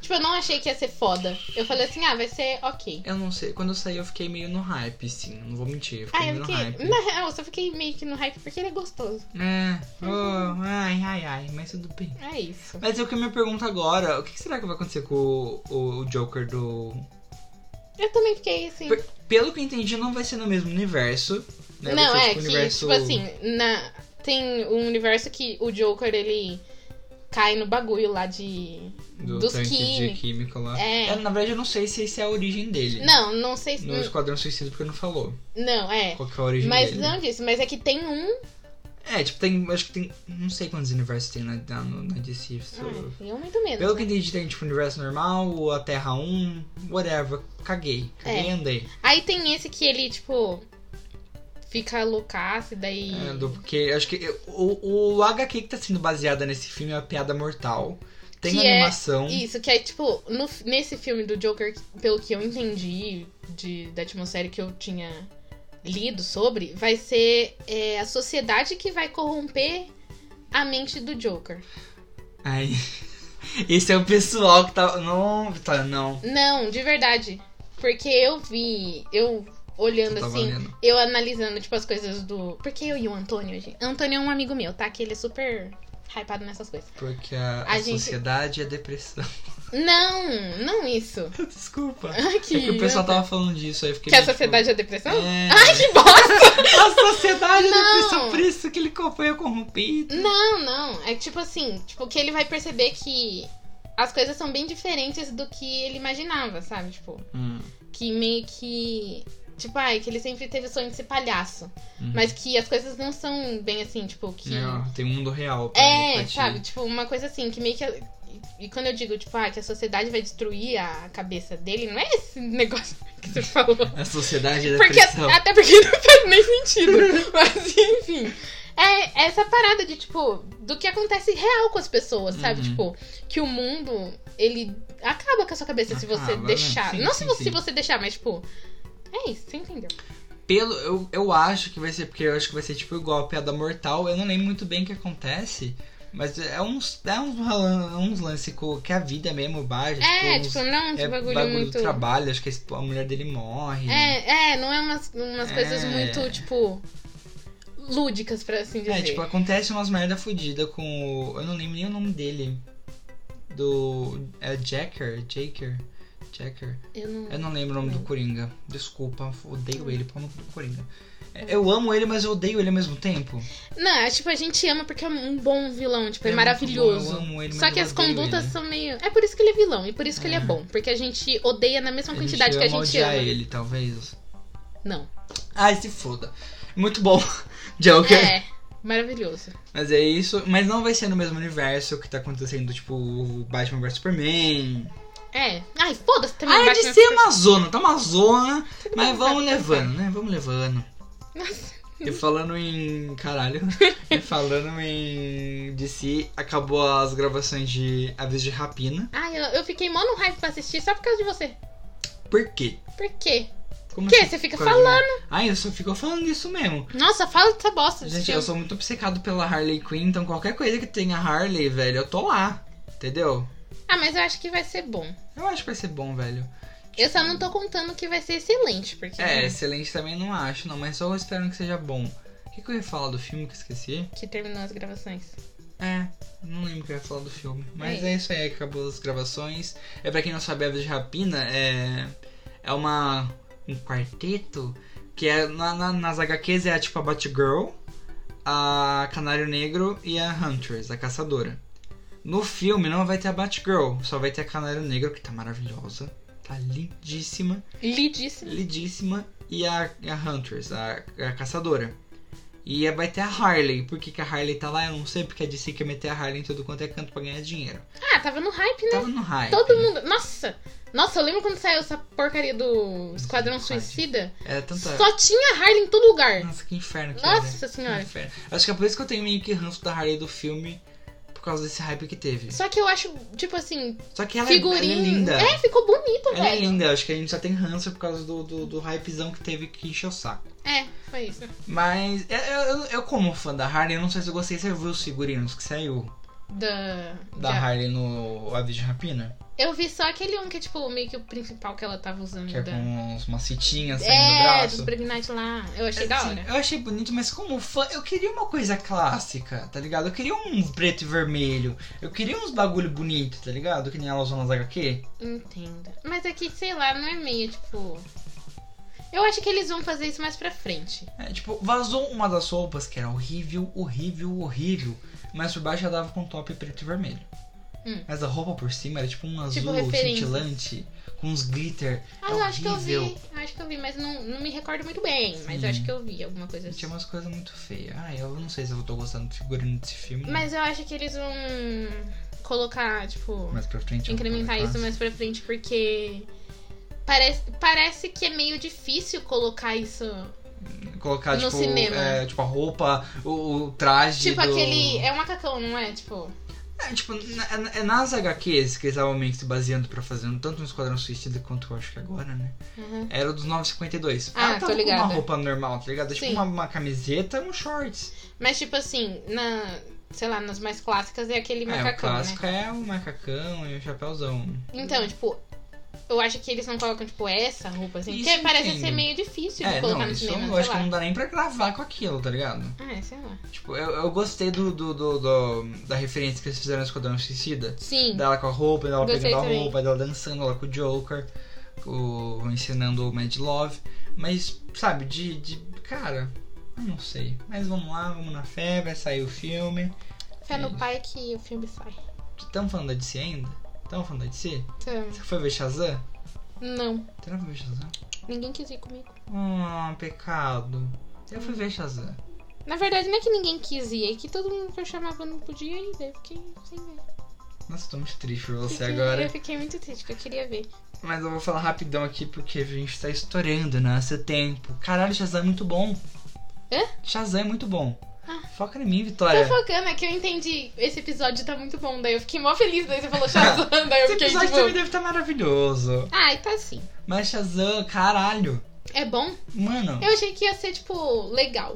A: Tipo, eu não achei que ia ser foda. Eu falei assim, ah, vai ser ok.
B: Eu não sei, quando eu saí eu fiquei meio no hype, sim, não vou mentir, eu fiquei
A: Ah, eu
B: meio no hype.
A: fiquei. Na real, eu só fiquei meio que no hype porque ele é gostoso.
B: É, oh, ai, ai, ai, mas tudo bem.
A: É isso.
B: Mas eu que me pergunto agora, o que que será que vai acontecer com o, o Joker do...
A: Eu também fiquei assim.
B: Por- Pelo que eu entendi, não vai ser no mesmo universo. Né?
A: Não,
B: vai ser,
A: é que, tipo assim, na... tem um universo que o Joker, ele cai no bagulho lá de.
B: do
A: dos
B: tanque de
A: químicos.
B: químico lá.
A: É.
B: na verdade, eu não sei se essa é a origem dele.
A: Não, não sei se.
B: No Esquadrão Suicida, porque não falou
A: Não, é.
B: qual que é a origem
A: Mas
B: dele.
A: não disso, mas é que tem um.
B: É, tipo, tem. Acho que tem. Não sei quantos universos tem na, na, no- na DC. so-
A: Ah, eu muito menos.
B: Pelo que
A: né?
B: eu entendi, tem tipo universo normal, a Terra 1, whatever. Caguei.
A: É.
B: Caguei e andei.
A: Aí tem esse que ele, tipo. Fica loucaço e daí.
B: É, do- porque acho que eu- o, o HQ que tá sendo baseada nesse filme é a Piada Mortal. Tem
A: Que é
B: animação.
A: Isso, que é tipo, no- nesse filme do Joker, pelo que eu entendi de, da atmosfera que eu tinha lido sobre, vai ser é, a sociedade que vai corromper a mente do Joker.
B: Ai. Esse é o pessoal que tá. Não, tá, não.
A: Não, de verdade. Porque eu vi, eu olhando
B: Você tava
A: assim,
B: lendo.
A: eu analisando, tipo, as coisas do. Porque eu e o Antônio, gente. Antônio é um amigo meu, tá? Que ele é super hypado nessas coisas.
B: Porque a,
A: A
B: a
A: gente-
B: sociedade é depressão.
A: Não, não isso.
B: Desculpa.
A: Que,
B: é que o pessoal tava falando disso, aí eu fiquei.
A: que a
B: meio, tipo,
A: sociedade é depressão?
B: É.
A: Ai, que bosta!
B: A sociedade
A: Não.
B: é depressão, por isso que ele acompanha corrompido.
A: Não, não. É tipo assim, tipo, que ele vai perceber que as coisas são bem diferentes do que ele imaginava, sabe? Tipo,
B: Hum,
A: que meio que. Tipo, ai, que ele sempre teve o sonho de ser palhaço.
B: uhum.
A: Mas que as coisas não são bem assim, tipo, que.
B: É, tem um mundo real. pra- pra
A: É,
B: ti.
A: sabe? Tipo, uma coisa assim, que meio que. E quando eu digo, tipo, ah, que a sociedade vai destruir a cabeça dele, não é esse negócio que você falou.
B: A sociedade é
A: Porque,
B: depressão.
A: até porque não faz nem sentido. Mas enfim. É essa parada de, tipo, do que acontece real com as pessoas, sabe?
B: Uhum.
A: Tipo, que o mundo, ele acaba com a sua cabeça se você
B: Acaba, né?
A: deixar.
B: Sim,
A: Não se,
B: sim,
A: você, se
B: sim.
A: você deixar, mas, tipo. É isso, você entendeu?
B: Pelo, eu, eu acho que vai ser, porque eu acho que vai ser tipo igual a piada mortal. Eu não lembro muito bem o que acontece. Mas é uns, é uns, rolan- uns lance co- que a vida mesmo baixa.
A: É,
B: uns-
A: tipo, não,
B: é
A: tipo, bagulho, muito.
B: do trabalho, acho que a esp- a mulher dele morre.
A: É, é, não é umas, umas
B: É.
A: coisas muito, tipo. lúdicas, pra assim dizer.
B: É, tipo, acontece umas merda fodida com o. Eu não lembro nem o nome dele. Do. É Jacker? Jaker? Jacker?
A: eu não. Hum.
B: Eu não lembro o nome do Coringa. Desculpa, odeio ele, pau no cu do Coringa. É, Eu amo ele, mas eu odeio ele ao mesmo tempo.
A: Não, é tipo, a gente ama porque é um bom vilão, tipo, é,
B: muito
A: maravilhoso.
B: bom, eu amo ele, mas
A: Só que
B: eu
A: as
B: odeio
A: condutas
B: ele.
A: são meio. É por isso que ele é vilão e por isso que ele é
B: É.
A: bom. Porque a gente odeia na mesma
B: A
A: quantidade que a
B: ama
A: gente
B: odiar
A: ama.
B: ele, talvez.
A: Não.
B: Ai, se foda. Muito bom, Joker.
A: É, maravilhoso.
B: Mas é isso. Mas não vai ser no mesmo universo que tá acontecendo, tipo, o Batman vs Superman.
A: É. Ai, foda-se também.
B: Ah, é de
A: Batman
B: ser
A: Super-
B: uma zona, tá uma zona, mas
A: bem,
B: vamos
A: vai,
B: levando, né? Vamos levando.
A: Nossa.
B: E falando em. Caralho. e falando em DC, acabou as gravações de Aviso de Rapina.
A: Ai, eu, eu fiquei mó no hype pra assistir só por causa de você.
B: Por quê?
A: Por quê?
B: Como
A: Porque
B: assim?
A: você fica
B: Por causa
A: falando.
B: de- Ai, eu só fico falando isso mesmo.
A: Nossa, fala dessa bosta. desse
B: Gente, eu
A: filme.
B: sou muito obcecado pela Harley Quinn, então qualquer coisa que tenha Harley, velho, eu tô lá. Entendeu?
A: Ah, mas eu acho que vai ser bom.
B: Eu acho que vai ser bom, velho.
A: Eu só não tô contando que vai ser excelente, porque.
B: É, excelente também não acho, não, mas só esperando que seja bom. O que, que eu ia falar do filme que eu esqueci?
A: Que terminou as gravações.
B: É, não lembro o que eu ia falar do filme. Mas
A: É
B: é isso aí, acabou as gravações. É pra quem não sabe, Aves de Rapina é. É uma. um quarteto que é. Na, na- nas HQs é tipo a Batgirl, a Canário Negro e a Huntress, a caçadora. No filme não vai ter a Batgirl, só vai ter a Canário Negro, que tá maravilhosa. Tá lindíssima
A: Lidíssimo.
B: lindíssima e a, e a Huntress, a, a caçadora. E é, vai ter a Harley. Por que, que a Harley tá lá? Eu não sei, porque a DC quer meter a Harley em tudo quanto é canto pra ganhar dinheiro.
A: Ah, tava no hype, né?
B: Tava no hype.
A: Todo mundo. Nossa! Nossa, eu lembro quando saiu essa porcaria do Esquadrão
B: Squad.
A: Suicida.
B: Era É tanta. né?
A: Só tinha Harley em todo lugar.
B: Nossa, que inferno que era.
A: Nossa
B: Que
A: senhora.
B: inferno. Acho que é por isso que eu tenho meio que ranço da Harley do filme. Por por causa desse hype que teve.
A: Só que eu acho, tipo assim,
B: Só que ela, é- ela é
A: figurinha.
B: linda.
A: É, ficou bonito,
B: Ela é
A: velho.
B: linda, acho que a gente só tem ranço por causa do, do, do hypezão que teve que encheu o saco.
A: É, foi isso.
B: Mas é, eu, eu, eu como fã da Harley, eu não sei se eu gostei, você viu os figurinos que saiu
A: Da.
B: da
A: de-
B: Harley no Aves de Rapina?
A: Eu vi só aquele um que é, tipo, meio que o principal que ela tava usando.
B: Que é
A: da...
B: com uns- umas fitinhas saindo do
A: É,
B: braço. Assim,
A: dos Bregnite lá. Eu achei da hora.
B: Eu achei bonito, mas como fã, eu queria uma coisa clássica, tá ligado? Eu queria um preto e vermelho. Eu queria uns bagulho bonito, tá ligado? Que nem ela usou nas HQ.
A: Entendo. Mas é que, sei lá, não é meio, tipo. Eu acho que eles vão fazer isso mais pra frente.
B: É, tipo, vazou uma das roupas que era horrível, horrível, horrível. Mas por baixo ela dava com top preto e vermelho.
A: Hum.
B: Mas a roupa por cima era tipo um
A: Tipo,
B: azul
A: referências.
B: cintilante, com uns glitter.
A: Ah,
B: É
A: eu acho que eu vi.
B: horrível.
A: Eu acho que eu vi, mas não, não me recordo muito bem. Mas eu
B: Sim.
A: acho que eu vi alguma coisa assim.
B: Tinha umas coisas muito feias. Ah, eu não sei se eu tô gostando do figurino desse filme.
A: Mas eu acho que eles vão colocar, tipo,
B: mais pra frente. eu vou
A: incrementar
B: colocar. assim.
A: isso mais pra frente, porque parece, parece que é meio difícil colocar isso.
B: Colocar,
A: No
B: tipo,
A: cinema.
B: é, tipo, a roupa, o, o traje.
A: tipo,
B: do-
A: aquele. É um macacão, não é? Tipo.
B: É, tipo, na- na- é nas HQs que eles estavam meio que se baseando pra fazer tanto no Esquadrão Suicida quanto eu acho que agora, né?
A: aham.
B: Era o dos 952.
A: Uhum. Ah,
B: Ela
A: tô
B: tava com
A: ligada.
B: uma roupa normal, tá ligado? Tipo
A: Sim.
B: uma, uma camiseta e um shorts.
A: Mas, tipo assim, na. Sei lá, nas mais clássicas é aquele
B: é, o
A: macacão, né?
B: clássico é o macacão e o chapéuzão.
A: Então, tipo, eu acho que eles não colocam, tipo, essa roupa, assim.
B: Isso
A: porque
B: eu
A: parece
B: entendo.
A: ser meio difícil de
B: É,
A: Tipo colocar
B: não,
A: no
B: isso
A: cinema,
B: eu
A: sei
B: acho
A: lá.
B: que não dá nem pra gravar com aquilo, tá ligado?
A: Ah, sei lá.
B: Tipo, eu, eu gostei do, do, do- do- da referência que eles fizeram no Esquadrão Suicida.
A: Sim.
B: Dela com a roupa, dela
A: Gostei
B: pegando a
A: também.
B: roupa, dela dançando lá com o Joker, o, ensinando o Mad Love. Mas, sabe, de, de. Cara, eu não sei. Mas vamos lá, vamos na fé, vai sair o filme.
A: Fé no pai que o filme sai.
B: Estamos falando da DC ainda? Estamos falando da DC?
A: Então,
B: Você foi ver Shazam?
A: não.
B: Você não foi ver Shazam?
A: Ninguém quis ir comigo.
B: Ah, pecado. Eu fui ver Shazam.
A: Na verdade, não é que ninguém quis ir, é que todo mundo que eu chamava não podia ir, daí eu fiquei sem ver.
B: Nossa, tô muito triste por você
A: Fiquei-
B: agora.
A: Eu fiquei muito triste, porque eu queria ver.
B: Mas eu vou falar rapidão aqui porque a gente tá estourando nosso tempo. Caralho, Shazam é muito bom.
A: Hã?
B: Shazam é muito bom.
A: Ah.
B: Foca em mim,
A: Tô
B: Vitória.
A: focando, é que eu entendi. Esse episódio tá muito bom, daí eu fiquei mó feliz, daí você falou Shazam, daí eu
B: Esse
A: fiquei
B: episódio também
A: tipo...
B: deve estar maravilhoso.
A: Ai, tá assim.
B: Mas Shazam, caralho.
A: É bom?
B: Mano,
A: Eu achei que ia ser, tipo, legal.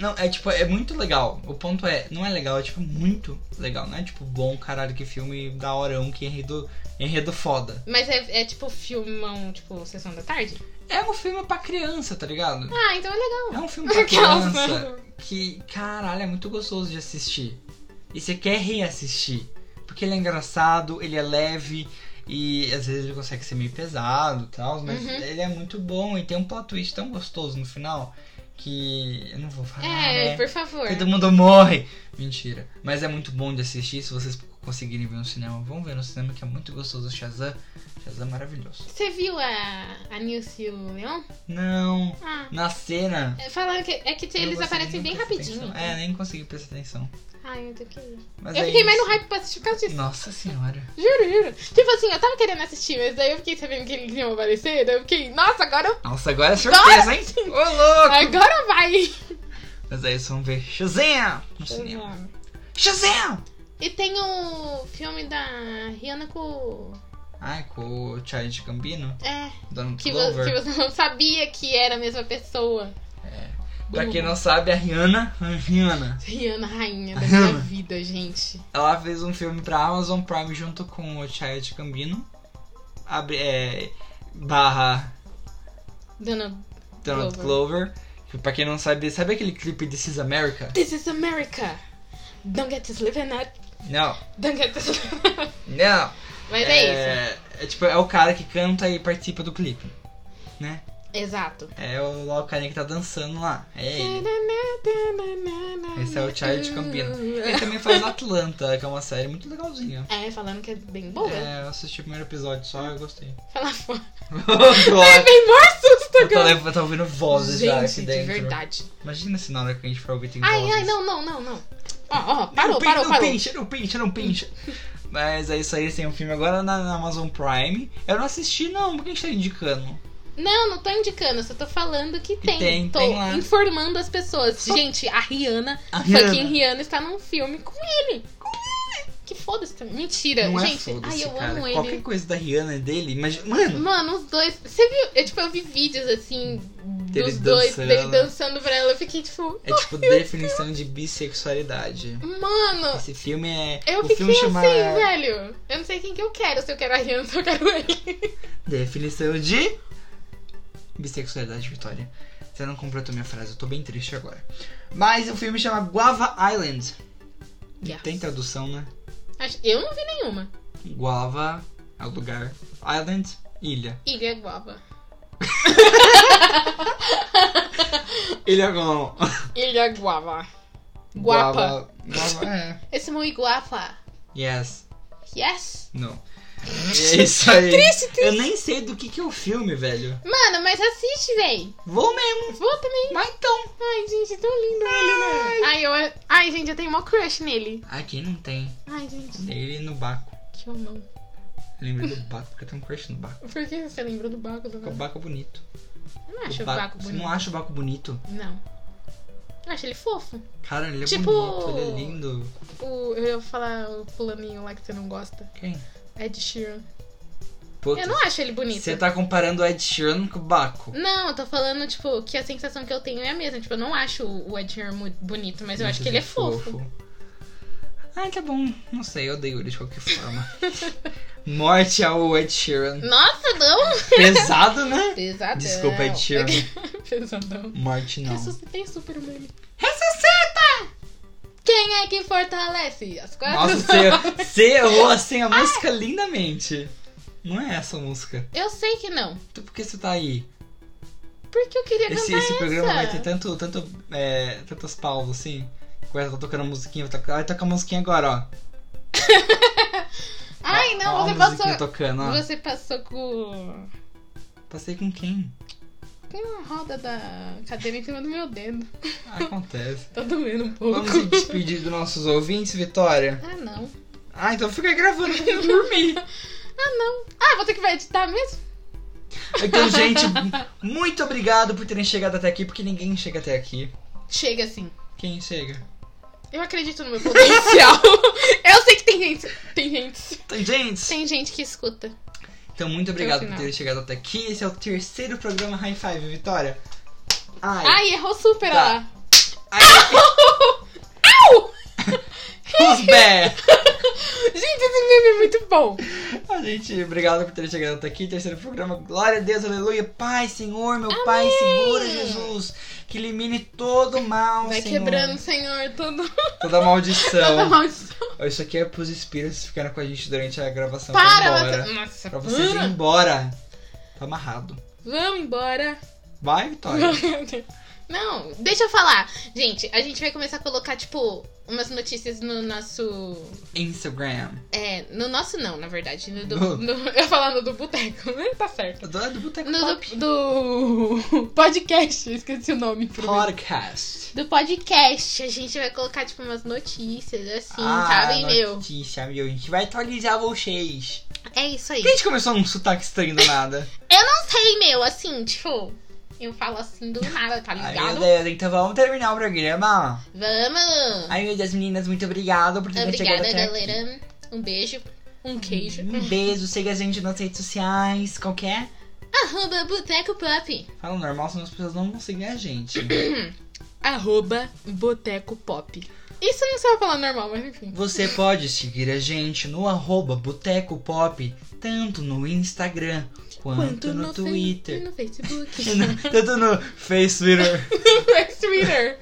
B: não, é tipo, é muito legal. O ponto é, não é legal, é tipo muito legal. Não é tipo bom, caralho, que filme da horão, que enredo, enredo foda.
A: Mas é, é tipo filmão, tipo, sessão da tarde?
B: É um filme pra criança, tá ligado?
A: Ah, então é legal.
B: É um filme pra
A: Aquelas,
B: criança
A: né?
B: que, caralho, é muito gostoso de assistir. E você quer reassistir. Porque ele é engraçado, ele é leve e às vezes ele consegue ser meio pesado e tal, mas
A: Uhum.
B: ele é muito bom e tem um plot twist tão gostoso no final que eu não vou falar,
A: É,
B: né?
A: por favor.
B: Todo mundo morre. Mentira. Mas é muito bom de assistir se vocês conseguirem ver no cinema. Vão ver no cinema que é muito gostoso o Shazam. Shazam é maravilhoso.
A: Você viu a, a Nilce e o Leon?
B: Não,
A: Ah.
B: na cena
A: é, Falando que é que
B: eu
A: eles
B: consegui
A: aparecem
B: nem
A: bem
B: prestar
A: rapidinho.
B: atenção. É, nem consegui prestar atenção.
A: Ai, eu tô querendo.
B: Mas
A: eu
B: é
A: fiquei mais
B: isso.
A: no hype pra assistir por causa disso.
B: Nossa senhora.
A: Juro, juro. Tipo assim, eu tava querendo assistir, mas daí eu fiquei sabendo que eles iam aparecer, daí eu fiquei, nossa, agora, eu-
B: Nossa, agora é surpresa, hein? Ô louco!
A: agora vai!
B: Mas é isso, vamos ver Shazam no cinema. Shazam!
A: E tem o filme da Rihanna com.
B: Ai, com o Charlie Gambino,
A: É,
B: Donald
A: que, vo-
B: Glover.
A: que você não sabia que era a mesma pessoa.
B: É. Pra quem não sabe, a Rihanna, a Rihanna,
A: Rihanna, rainha da
B: A
A: minha
B: Rihanna.
A: vida, gente.
B: ela fez um filme pra Amazon Prime junto com o Charlie Gambino. Abre, é, barra
A: Dona
B: Donald Glover. Que Pra quem não sabe, sabe aquele clipe de Cis America?
A: This is America. Don't get this living up.
B: Não,
A: Don't get this
B: não.
A: Mas é, isso.
B: É, tipo, é o cara que canta e participa do clipe.
A: Exato.
B: É o, lá o carinha que tá dançando lá. É ele. Esse é o Charlie de Campina. Ele também faz Atlanta, que é uma série muito legalzinha.
A: É, falando que é bem boa.
B: É, eu assisti o primeiro episódio só e eu gostei.
A: Falar fora.
B: Droga.
A: Bem mais susto
B: Eu tô,
A: agora.
B: lev- eu tô ouvindo vozes já aqui
A: Gente, de
B: dentro.
A: verdade.
B: Imagina se na hora que a gente for ouvir tem
A: Ai,
B: vozes.
A: ai, não, não, não, não. Ó, ó,
B: não
A: parou,
B: pincha,
A: parou,
B: não
A: parou.
B: pincha, não pincha, não pincha. Mas é isso aí, tem um filme agora na, na Amazon Prime. Eu não assisti não, por que a gente tá indicando?
A: Não, não tô indicando, eu só tô falando que tem.
B: tem,
A: tô
B: tem lá.
A: informando as pessoas. Gente, a Rihanna,
B: A
A: fucking
B: Rihanna.
A: Rihanna está num filme com ele. que foda-se também. Mentira,
B: não é
A: gente.
B: foda-se,
A: ai, eu
B: cara.
A: amo ele.
B: Qualquer coisa da Rihanna é dele, mas. Mano,
A: Mano, os dois. Você viu? Eu, tipo, eu vi vídeos assim
B: Deles
A: dos dois,
B: dançando.
A: dele dançando pra ela. Eu fiquei tipo,
B: é tipo definição de bissexualidade.
A: mano,
B: Esse filme é.
A: eu
B: o
A: fiquei
B: filme
A: assim,
B: chama
A: velho. Eu não sei quem que eu quero, se eu quero a Rihanna ou se eu quero ele.
B: Definição de bissexualidade, Vitória. Você não completou minha frase, eu tô bem triste agora. Mas o filme chama Guava Island. Não
A: Yes.
B: Tem tradução, né?
A: Acho- Eu não vi nenhuma.
B: Guava é o lugar. Island, ilha.
A: Ilha Guava.
B: Ilha com.
A: Ilha Guava. Guapa.
B: Guava. Guava, é.
A: Esse muito guapa.
B: Yes.
A: Yes.
B: No. É isso aí.
A: Triste, triste.
B: Eu nem sei do que, que é o filme, velho.
A: Mano, mas assiste, véi.
B: Vou mesmo.
A: Vou também.
B: Mas então.
A: Ai, gente, é tão lindo ele, né? Ai, eu... Ai, gente, eu tenho uma crush nele.
B: Ai, quem não tem?
A: Ai, gente,
B: Ele no Baco.
A: que eu não.
B: Lembra do Baco, porque tem um crush no Baco.
A: Por que você lembrou do Baco? Do
B: Porque o
A: Baco?
B: Baco é bonito.
A: Eu não acho
B: O
A: o
B: Baco-
A: Baco
B: Você
A: bonito.
B: não acha o Baco bonito?
A: Não. Eu acho ele fofo.
B: Cara, ele é
A: Tipo-
B: bonito, ele é lindo.
A: O, eu ia falar o fulaninho lá que você não gosta.
B: Quem?
A: Ed Sheeran.
B: Puta,
A: Eu não acho ele bonito.
B: Você tá comparando o Ed Sheeran com o Baco.
A: Não, eu tô falando, tipo, que a sensação que eu tenho é a mesma. Tipo, eu não acho o Ed Sheeran mu- bonito, mas eu acho que ele é fofo.
B: Ah, tá bom. Não sei, eu odeio ele de qualquer forma. Morte ao Ed Sheeran.
A: Nossa, não!
B: Pesado, né?
A: Pesadão.
B: Desculpa, Ed Sheeran.
A: Pesadão.
B: Morte não.
A: Ressuscita, tem super humano.
B: Ressuscita!
A: Quem é que fortalece? As quatro.
B: Nossa, você, você errou assim a música lindamente. Não é essa a música.
A: Eu sei que não.
B: Então por que você tá aí?
A: Porque eu queria
B: Esse,
A: cantar
B: esse programa
A: essa.
B: vai ter tanto, tanto, é, tantas pausas assim. Vai estar tocando a musiquinha, vai tocar, vai tocar a musiquinha agora, ó.
A: Ai,
B: Ó,
A: não,
B: ó a
A: você
B: musiquinha
A: passou.
B: tocando, ó.
A: Você passou com.
B: Passei com quem?
A: Tem uma roda da cadeira em cima do meu dedo.
B: Acontece.
A: Tá doendo um pouco.
B: Vamos se despedir dos nossos ouvintes, Vitória?
A: Ah, não.
B: Ah, então fica gravando pra eu dormir.
A: Ah, não. Ah, você que vai editar mesmo?
B: Então, gente, muito obrigado por terem chegado até aqui, porque ninguém chega até aqui.
A: Chega assim.
B: Quem chega?
A: Eu acredito no meu potencial. Eu sei que tem gente. Tem gente.
B: Então, gente,
A: Tem gente que escuta.
B: então muito obrigado
A: Até o
B: por
A: final.
B: terem chegado até aqui. Esse é o terceiro programa High Five, Vitória. Ai,
A: Ai, errou super,
B: Tá.
A: olha lá.
B: ai, who's bad?
A: Gente, esse meme é muito bom.
B: A gente, obrigado por ter chegado até aqui. Terceiro programa, glória a Deus, aleluia. Pai, Senhor, meu Pai, segura Jesus, que elimine todo o mal,
A: Vai
B: Senhor. Então,
A: quebrando, senhor, todo
B: Toda
A: toda
B: maldição.
A: maldição.
B: Isso aqui é pros espíritos ficarem com a gente durante a gravação.
A: Para,
B: pra ir embora.
A: Matheus. Nossa,
B: então Pra vocês
A: para.
B: irem embora. Tá amarrado.
A: Vamos embora.
B: Vai, Vitória.
A: Não, deixa eu falar. Gente, a gente vai começar a colocar, tipo, umas notícias no nosso.
B: Instagram.
A: É, no nosso não, na verdade. No do,
B: No.
A: no- eu ia falar no do boteco, né? Tá certo.
B: Eu dou- eu dou boteco
A: No
B: pop.
A: do, do podcast, eu esqueci o nome. por mim.
B: Podcast.
A: Do podcast, a gente vai colocar, tipo, umas notícias, assim, sabe, meu?
B: Ah, notícia, meu. A gente vai atualizar vocês.
A: É isso aí.
B: Por que a gente começou num sotaque estranho do nada?
A: Eu não sei, meu, assim, tipo, eu falo assim do nada, tá
B: Ai, meu
A: ligado?
B: Deus, então vamos terminar o programa.
A: Vamos!
B: Ai, meu Deus, meninas, muito obrigado por terem chegado
A: Obrigada,
B: até aqui.
A: galera. Um beijo, um queijo.
B: Um beijo, siga a gente nas redes sociais, qualquer.
A: Arroba Boteco Pop.
B: Fala normal, senão as pessoas não vão seguir a gente.
A: Arroba Boteco Pop. Isso não sabe falar normal, mas enfim.
B: Você pode seguir a gente no arroba Boteco Pop, tanto no Instagram quanto, no,
A: fe-
B: Twitter.
A: No Facebook.
B: E no- tanto no Face Twitter.
A: no Twitter.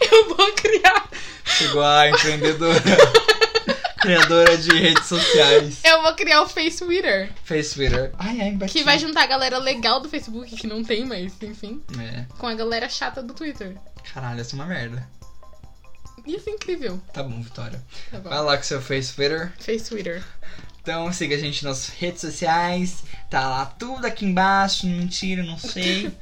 A: Eu vou criar.
B: Chegou a empreendedora. Criadora de redes sociais.
A: Eu vou criar. Eu vou criar o Face Twitter.
B: Face Twitter. Ai, ai, bati.
A: Que vai juntar a galera legal do Facebook, que não tem, mas enfim.
B: É.
A: Com a galera chata do Twitter.
B: Caralho, essa é uma merda.
A: Isso é incrível.
B: Tá bom, Vitória.
A: Tá
B: Vai
A: bom.
B: lá com seu Face Twitter.
A: Face Twitter.
B: Então siga a gente nas redes sociais. Tá lá tudo aqui embaixo. Mentira, não sei.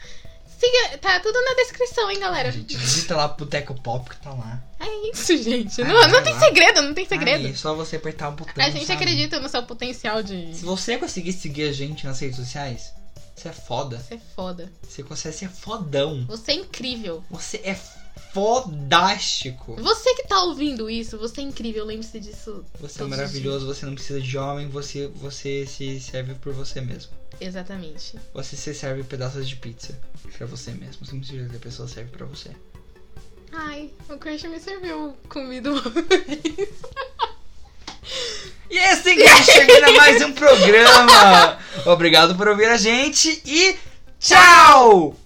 A: Siga, tá tudo na descrição, hein, galera.
B: gente, digita lá Boteco Pop que tá lá.
A: É isso, gente.
B: Vai
A: Não,
B: lá,
A: não tem
B: vai lá.
A: segredo, não tem segredo.
B: Aí, é só você apertar o botão.
A: a gente
B: sabe?
A: acredita no seu potencial de
B: Se você conseguir seguir a gente nas redes sociais, você é foda.
A: ser foda.
B: Você consegue ser fodão.
A: Você é incrível.
B: Você é fodástico.
A: Você que tá ouvindo isso, você é incrível, lembre-se disso.
B: Você é
A: Todos os
B: maravilhoso, você não precisa de homem, você, você se serve por você mesmo.
A: Exatamente.
B: Você se serve pedaços de pizza pra você mesmo. Você não precisa que a pessoa serve pra você.
A: Ai, o Crush me serviu comida.
B: E é assim que a gente termina mais um programa. Obrigado por ouvir a gente e tchau!